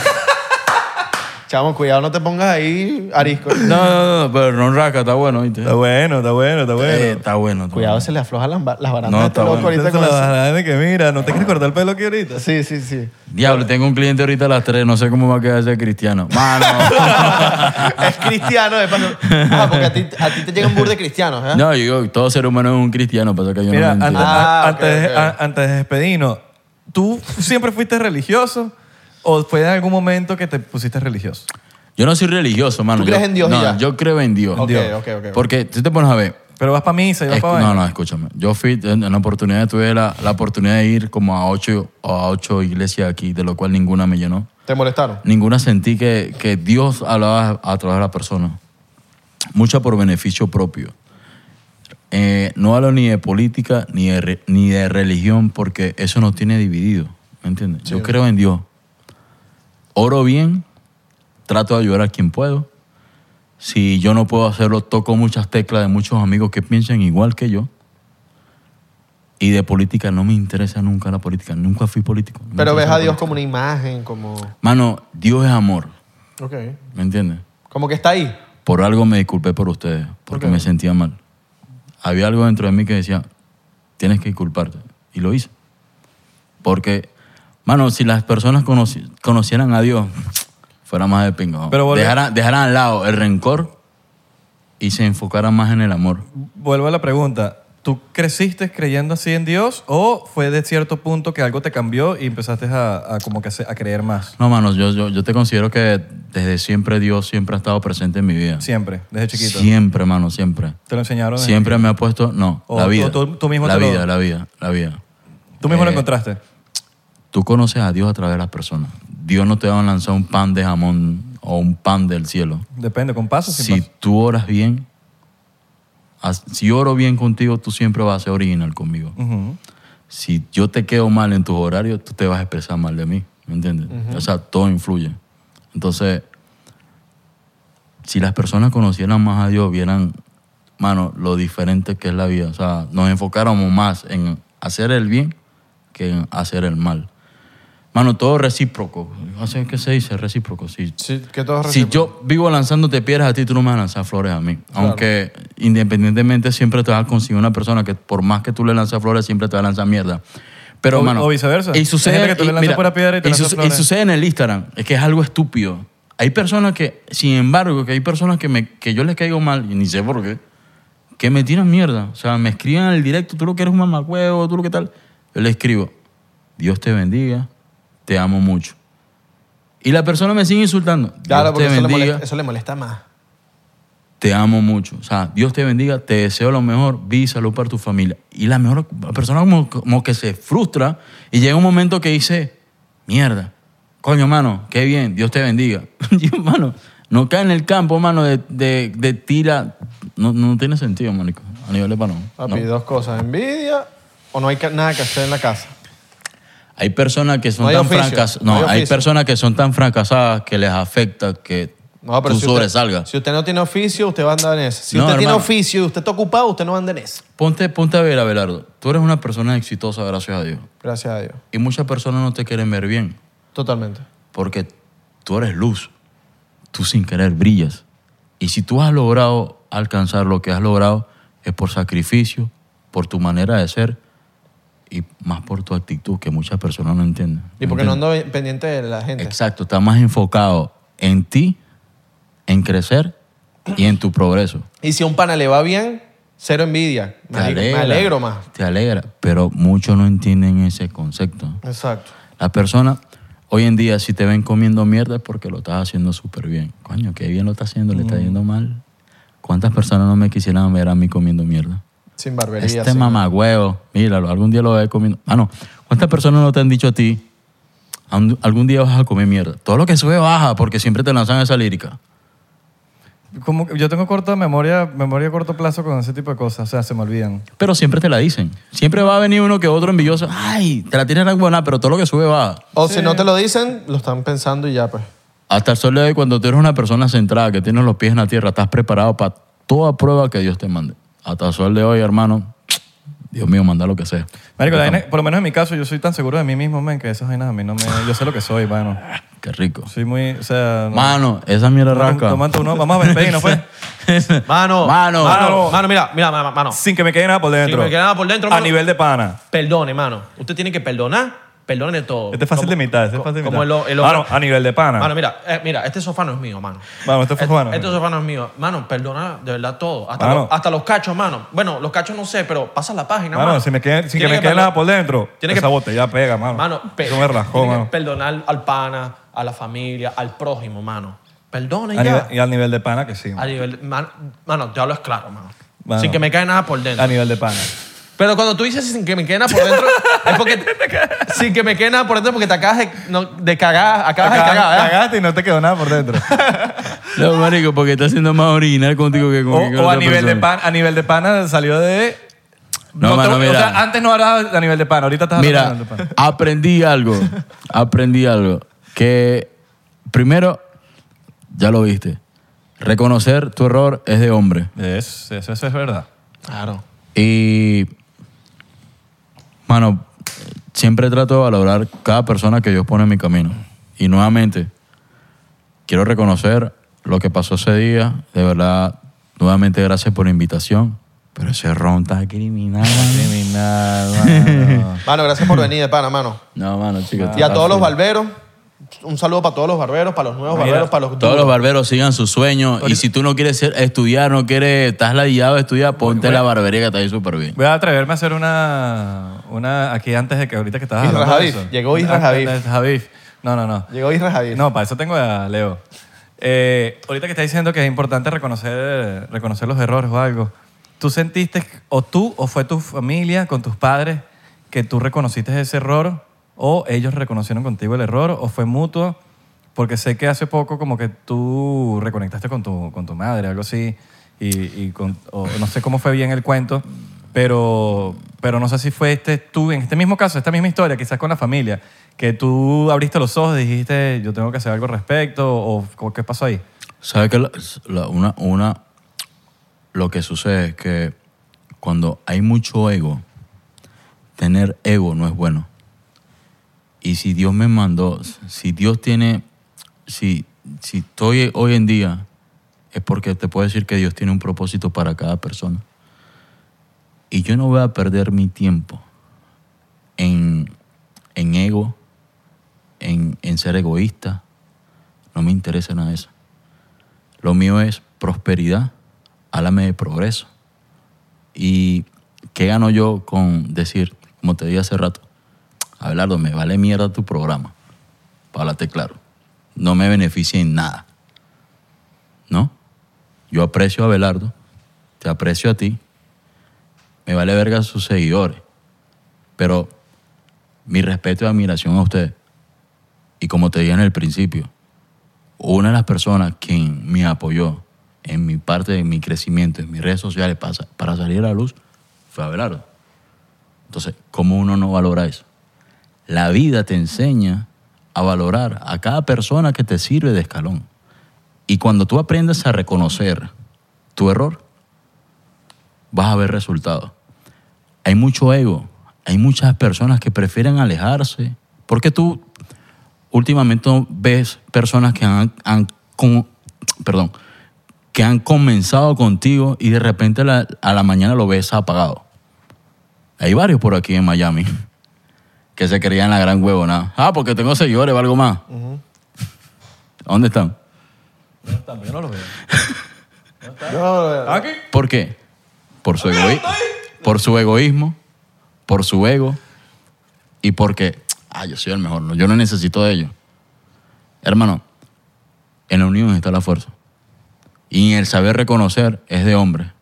Chamo, cuidado, no te pongas ahí arisco. No, no, no, pero Ron Raca está bueno, ¿viste? Está bueno, está bueno, está bueno. Eh, está bueno. está Cuidado, bueno. se le afloja las, ba- las barandas No, a este está loco bueno. ahorita Entonces, con la eso. verdad es que mira, no te quieres cortar el pelo aquí ahorita. Sí, sí, sí. Diablo, tengo un cliente ahorita a las 3, no sé cómo va a quedar ese cristiano. Mano. es cristiano, de paso. Ah, porque a ti, a ti te llegan burde cristianos, ¿eh? no, yo digo, todo ser humano es un cristiano, pasa que yo Mira, no lo entiendo. antes, Ah, a- ok, antes, ok. a- antes de despedirnos, ¿tú siempre fuiste religioso o fue en algún momento que te pusiste religioso? Yo no soy religioso, mano. ¿Tú crees Yo- en Dios y No, ya? yo creo en Dios. Ok, Dios. ok, ok. Porque si te pones a ver, Pero vas para misa y vas Escu- para no, no, escúchame. Yo fui, en en la oportunidad tuve la, la oportunidad de ir como a ocho, a ocho iglesias aquí, de lo cual ninguna me llenó. ¿Te molestaron? Ninguna sentí que, que Dios hablaba a través de la persona. Mucha por beneficio propio. Eh, no hablo ni de política ni de, re- ni de religión porque eso nos tiene dividido. ¿Me entiendes? Yo creo en Dios. Oro bien, trato de ayudar a quien puedo. Si yo no puedo hacerlo, toco muchas teclas de muchos amigos que piensan igual que yo. Y de política no me interesa nunca la política. Nunca fui político. No me Pero ves interesa la a Dios política. como una imagen, como. Mano, Dios es amor. Ok. ¿Me entiendes? Como que está ahí. Por algo me disculpé por ustedes, porque me sentía mal. Había algo dentro de mí que decía, tienes que disculparte. Y lo hice. Porque, mano, si las personas conoci- conocieran a Dios, fuera más de pingo. Pero volve- Dejaran, dejaran al lado el rencor y se enfocaran más en el amor. Vuelvo a la pregunta. ¿Tú creciste creyendo así en Dios o fue de cierto punto que algo te cambió y empezaste a, a como que se- a creer más? No, mano, yo, yo, yo te considero que desde siempre Dios siempre ha estado presente en mi vida. Siempre, desde chiquito. Siempre, mano, siempre. ¿Te lo enseñaron? desde- Siempre me ha puesto, no, O la tú- vida. tú- tú mismo la te lo- vida, la vida, la vida. ¿Tú mismo lo encontraste? Tú conoces a Dios a través de las personas. Dios no te va a lanzar un pan de jamón o un pan del cielo. Depende, con pasos. sin Si pasos? tú oras bien, as- si oro bien contigo, tú siempre vas a ser original conmigo. Ujú. Si yo te quedo mal en tus horarios, tú te vas a expresar mal de mí. ¿Me entiendes? O sea, todo influye. Entonces, si las personas conocieran más a Dios, vieran, mano, lo diferente que es la vida. O sea, nos enfocáramos más en hacer el bien que en hacer el mal. Mano, todo recíproco. O sea, ¿Qué se dice recíproco? Si, Sí, que todos si reciben. yo vivo lanzándote piedras a ti, tú no me vas a lanzar flores a mí. Aunque independientemente siempre te vas a conseguir una persona que por más que tú le lanzas flores, siempre te va a lanzar mierda. Pero, O- mano, o viceversa. Y Hay sucede, gente que tú le y lanzas mira, pura piedra y te y lanza suce- y flores. sucede en el Instagram. Es que es algo estúpido. Hay personas que, sin embargo, que hay personas que, me, que yo les caigo mal, y ni sé por qué, que me tiran mierda. O sea, me escriben en el directo, tú lo que eres un mamacuevo, tú lo que tal. Yo le escribo, Dios te bendiga, te amo mucho. Y la persona me sigue insultando. Dios te Claro, porque eso le, bendiga, molesta, eso le molesta más. te amo mucho. O sea, Dios te bendiga, te deseo lo mejor, vida y salud para tu familia. Y la mejor la persona como, como que se frustra y llega un momento que dice, mierda, coño, mano, qué bien, Dios te bendiga. Y, mano, no cae en el campo, mano, de, de- de tira. No, no tiene sentido, marico, a nivel de pano. Papi, dos cosas: envidia o no hay ca- nada que hacer en la casa. Hay personas que son No hay tan oficio, fracas, no no, hay hay, oficio. personas que son tan fracasadas que les afecta que No, pero tú si usted- sobresalgas. si usted no tiene oficio, usted va a andar en eso. Si No, usted tiene hermano. oficio y usted está ocupado, usted no va a andar en eso. Ponte, ponte a ver, Abelardo. Tú eres una persona exitosa, gracias a Dios. Gracias a Dios. Y muchas personas no te quieren ver bien Totalmente. porque tú eres luz. Tú sin querer brillas. Y si tú has logrado alcanzar lo que has logrado es por sacrificio, por tu manera de ser y más por tu actitud que muchas personas no entienden. Y porque no ando pendiente de la gente. Exacto, está más enfocado en ti, en crecer y en tu progreso. Y si a un pana le va bien, cero envidia. Me, ale- me alegro más. Te alegra, pero muchos no entienden ese concepto. Exacto. Las personas hoy en día, si te ven comiendo mierda, es porque lo estás haciendo súper bien. Coño, qué bien lo está haciendo, le está Mm. yendo mal. ¿Cuántas personas no me quisieran ver a mí comiendo mierda? Sin barbería. Este sin- mamagüeo, míralo, algún día lo voy a comiendo. Mano, ¿cuántas personas no te han dicho a ti, "Algún- algún día vas a comer mierda? Todo lo que sube baja porque siempre te lanzan esa lírica. Como que yo tengo corta memoria, memoria a corto plazo con ese tipo de cosas. O sea, se me olvidan. Pero siempre te la dicen. Siempre va a venir uno que otro envidioso. Ay, te la tienen tan buena, pero todo lo que sube baja. O si no te lo dicen, lo están pensando y ya, pues. Hasta el sol de hoy, cuando tú eres una persona centrada, que tienes los pies en la tierra, estás preparado para toda prueba que Dios te mande. Hasta el sol de hoy, hermano, Dios mío, manda lo que sea. Marico, la vaina- por lo menos en mi caso, yo soy tan seguro de mí mismo, men, que esas vainas a mí no me... Yo sé lo que soy, mano. Qué rico. Soy muy... O sea... no- Mano, esa mierda rasca. Tomando uno, vamos a ver, peguinos, pues. Mano, Mano. mano, mano, mira, mira, mano, mano. Sin que me quede nada por dentro. Sin que me quede nada por dentro, A mano. nivel de pana. Perdone, mano. Usted tiene que perdonar. Perdone todo. Este es fácil Como- de mitad, este es fácil de mitad. Como el, el otro. Mano, a nivel de pana. Mano, mira, eh, mira, este sofá no es mío, mano. Mano, este sofá no es Este mío. sofá no es mío. Mano, perdona de verdad todo. Hasta, Mano. los, hasta los cachos, mano. Bueno, los cachos no sé, pero pasa la página, Mano, mano. sin, me quede- sin que Tiene me quede perdonar- nada por dentro, Tiene esa que- botella pega, mano. Mano, pe- Eso me rajó, tiene que mano. perdonar al pana, a la familia, al prójimo, mano. Perdona y A ya. nivel- y al nivel de pana que sí. A nivel, man- mano, te hablo es claro, mano. Mano. Sin que me caiga nada por dentro. A nivel de pana. Pero cuando tú dices sin que me quede nada por dentro, es porque. sin que me quede nada por dentro, porque te acabas de, no, de cagar. Acabas, de cagar, ¿verdad? Cagaste y no te quedó nada por dentro. No, marico, porque está siendo más original contigo que con O, cualquier o a, otra nivel de persona. pan, a nivel de pana salió de. No, te- mano, O mira. sea, antes no hablabas a nivel de pana, ahorita estás Mira, hablando a nivel de pana. aprendí algo. Aprendí algo. Que primero, ya lo viste. Reconocer tu error es de hombre. Es- eso, eso es verdad. Claro. Y, mano, siempre trato de valorar cada persona que Dios pone en mi camino. Y nuevamente, quiero reconocer lo que pasó ese día. De verdad, nuevamente gracias por la invitación. Pero ese ron está criminal. Criminal, Mano, gracias por venir de pana, mano. No, mano, chicos. Ah, Y a todos los barberos, un saludo para todos los barberos, para los nuevos Mira, barberos, para los Todos los duros. barberos sigan su sueño. Y si tú no quieres ser- estudiar, no quieres, estás ladillado de estudiar, ponte la barbería que está ahí súper bien. Voy a atreverme a hacer una, una aquí antes de que ahorita que estabas Isra hablando de Javif. eso. Llegó Isra Antes de Javif. Javif. No, no, no. Llegó Isra Javier. No, para eso tengo a Leo. Eh, ahorita que estás diciendo que es importante reconocer, reconocer los errores o algo, ¿tú sentiste, o tú, o fue tu familia con tus padres, que tú reconociste ese error, o ellos reconocieron contigo el error, o fue mutuo? Porque sé que hace poco como que tú reconectaste con tu, con tu madre, algo así, y, y con- o no sé cómo fue bien el cuento, pero, pero no sé si fue este, tú, en este mismo caso, esta misma historia, quizás con la familia, que tú abriste los ojos y dijiste, yo tengo que hacer algo al respecto, o o qué pasó ahí. ¿Sabes qué? La- la- una, una, lo que sucede es que cuando hay mucho ego, tener ego no es bueno. Y si Dios me mandó, si Dios tiene, si, si estoy hoy en día, es porque te puedo decir que Dios tiene un propósito para cada persona. Y yo no voy a perder mi tiempo en, en ego, en, en ser egoísta. No me interesa nada de eso. Lo mío es prosperidad, háblame de progreso. ¿Y qué gano yo con decir, como te dije hace rato, Abelardo, me vale mierda tu programa, para hablarte claro. No me beneficia en nada. ¿No? Yo aprecio a Abelardo, te aprecio a ti, me vale verga sus seguidores, pero mi respeto y admiración a ustedes. Y como te dije en el principio, una de las personas quien me apoyó en mi parte de mi crecimiento, en mis redes sociales, para, sa- para salir a la luz, fue Abelardo. Entonces, ¿cómo uno no valora eso? La vida te enseña a valorar a cada persona que te sirve de escalón. Y cuando tú aprendes a reconocer tu error, vas a ver resultados. Hay mucho ego, hay muchas personas que prefieren alejarse. Porque tú, últimamente ves personas que han, han con- perdón, que han comenzado contigo y de repente la- a la mañana lo ves apagado. Hay varios por aquí en Miami que se creían la gran huevona. Ah, porque tengo seguidores, valgo más. ¿Dónde están? Yo no lo veo. No, ¿Aquí? ¿Por qué? Por su, egoí- por su egoísmo, por su ego y porque, ah, yo soy el mejor, no, yo no necesito de ellos. Hermano, en la unión está la fuerza. Y el saber reconocer es de hombre.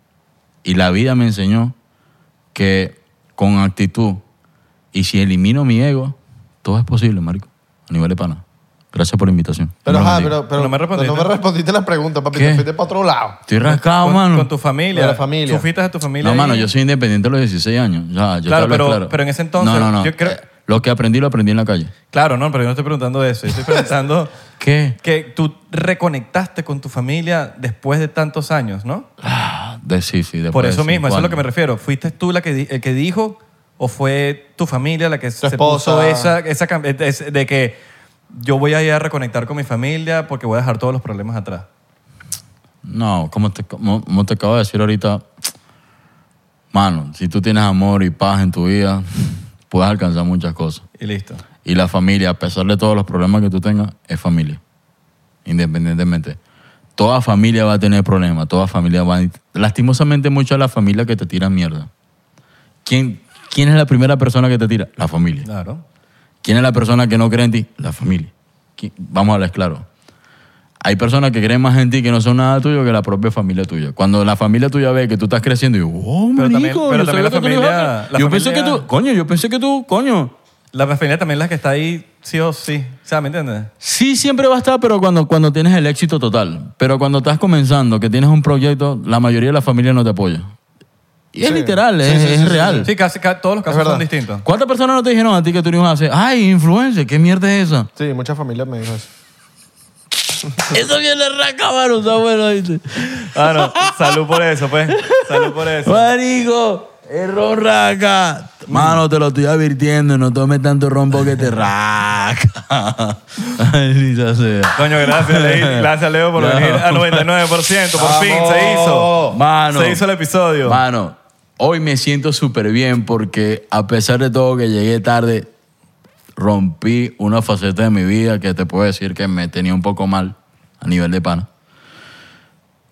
Y la vida me enseñó que con actitud y si elimino mi ego, todo es posible, marico, a nivel de pana. Gracias por la invitación. pero, Dios los ajá, bendiga. pero, pero No me respondiste. no me respondiste las preguntas, papi. ¿Qué? Te fuiste para otro lado. Estoy rascado, con, mano. Con tu familia. De la familia. Tú fuiste a tu familia. No, ahí. mano, yo soy independiente a los 16 años. O sea, yo Claro, te hablo pero- pero en ese entonces, No, no, no. yo creo- Eh, Lo que aprendí, lo aprendí en la calle. Claro, no, pero yo no estoy preguntando eso. Yo estoy preguntando ¿Qué? que tú reconectaste con tu familia después de tantos años, ¿no? Ah, de sí, sí, después Por de eso cinco mismo, eso es lo años. que me refiero. ¿Fuiste tú la que di- el que dijo o fue tu familia la que se esposa. puso esa, esa cam- eh, es- de que yo voy a ir a reconectar con mi familia porque voy a dejar todos los problemas atrás? No, como te, como, como te acabo de decir ahorita, mano, si tú tienes amor y paz en tu vida, puedes alcanzar muchas cosas. Y listo. Y la familia, a pesar de todos los problemas que tú tengas, es familia. Independientemente. Toda familia va a tener problemas, toda familia va a... Lastimosamente mucho la familia que te tira mierda. ¿Quién, ¿Quién es la primera persona que te tira? La familia. Claro. ¿Quién es la persona que no cree en ti? La familia. ¿Qui- Vamos a hablar claro. Hay personas que creen más en ti que no son nada tuyo que la propia familia tuya. Cuando la familia tuya ve que tú estás creciendo, y oh, Pero también- marico, pero yo sabía también la que tú eres familia- bacán". la yo pensé que familia- tú, coño, yo pensé que tú, coño. La familia también es la que está ahí sí o sí. O sea, ¿me entiendes? Sí, siempre va a estar, pero cuando, cuando tienes el éxito total. Pero cuando estás comenzando, que tienes un proyecto, la mayoría de la familia no te apoya. Y es Sí. literal, Sí, es, sí, sí, es sí, real. Sí, casi ca- todos los casos verdad. son distintos. ¿Cuántas personas no te dijeron a ti que tú no ibas a hacer? Ay, influencer, ¿qué mierda es esa? Sí, muchas familias me dijo eso. Eso viene raca, mano, está bueno, dice. Ah, no. Salud por eso, pues. Salud por eso. Marico, el ron raca. Mano, te lo estoy advirtiendo, no tomes tanto ron porque te raca. Ay, Lisa sea. Coño, gracias, Leo. Gracias, Leo, por No. venir al 99%. Por fin, se hizo. Mano. Se hizo el episodio. Mano, hoy me siento súper bien porque a pesar de todo que llegué tarde, rompí una faceta de mi vida que te puedo decir que me tenía un poco mal a nivel de pana.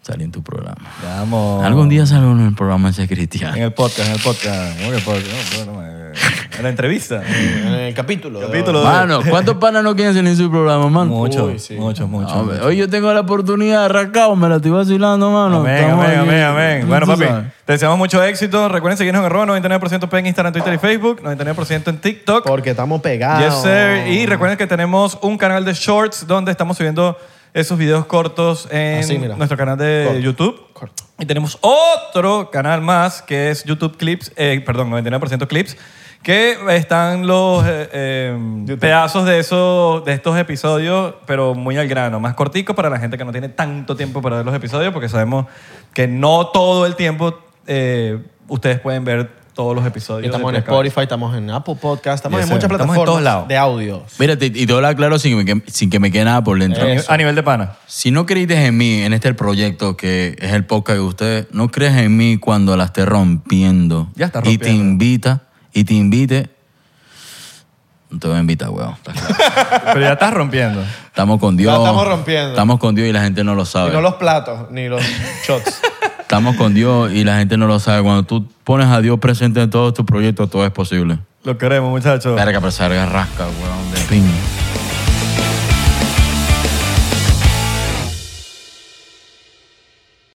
Salí en tu programa. Vamos. Algún día salgo en el programa ese En cristiano. el podcast, en el podcast. ¿Cómo que podcast? No, bueno, eh, en la entrevista. En el capítulo. de- Capítulo. Mano, ¿cuántos panas no quieren salir en su programa, mano? Mucho, Uy, sí. mucho, mucho. No, hombre, Hoy yo tengo la oportunidad de racao, me la estoy vacilando, mano. Amén, Estamos amén, aquí. amén, amén. Bueno, Tú papi, sabes. te deseamos mucho éxito. Recuerden seguirnos en arroba 99% P en Instagram, Twitter y Facebook, 99% en TikTok. Porque estamos pegados. Yes, sir. Y Oh. recuerden que tenemos un canal de shorts donde estamos subiendo esos videos cortos en Así, Ah, mira. nuestro canal de Corto. YouTube. Corto. Y tenemos otro canal más que es YouTube Clips, eh, perdón, 99% Clips, que están los eh, eh, pedazos de, esos de estos episodios, pero muy al grano, más cortico para la gente que no tiene tanto tiempo para ver los episodios, porque sabemos que no todo el tiempo eh, ustedes pueden ver todos los episodios. Estamos en de pie a cabeza. Spotify, estamos en Apple Podcast, estamos Yes, en sir. muchas Estamos en plataformas todos lados. de audio. Mira, te- y te lo aclaro sin que, me, que- sin que me quede nada por dentro. A nivel- A nivel de pana. Si no creíste en mí, en este proyecto que es el podcast de ustedes, no crees en mí cuando la esté rompiendo. Ya está Y te rompiendo. invita, y te invite. No te voy a invitar, weón. Está claro. Pero ya estás rompiendo. Estamos con Dios. La estamos rompiendo. Estamos con Dios y la gente no lo Y sabe. no los platos, ni los shots. Estamos con Dios y la gente no lo sabe. Cuando tú pones a Dios presente en todos tus proyectos, todo es posible. Lo queremos, muchachos. Verga, pero se verga rasca, weón, de piña.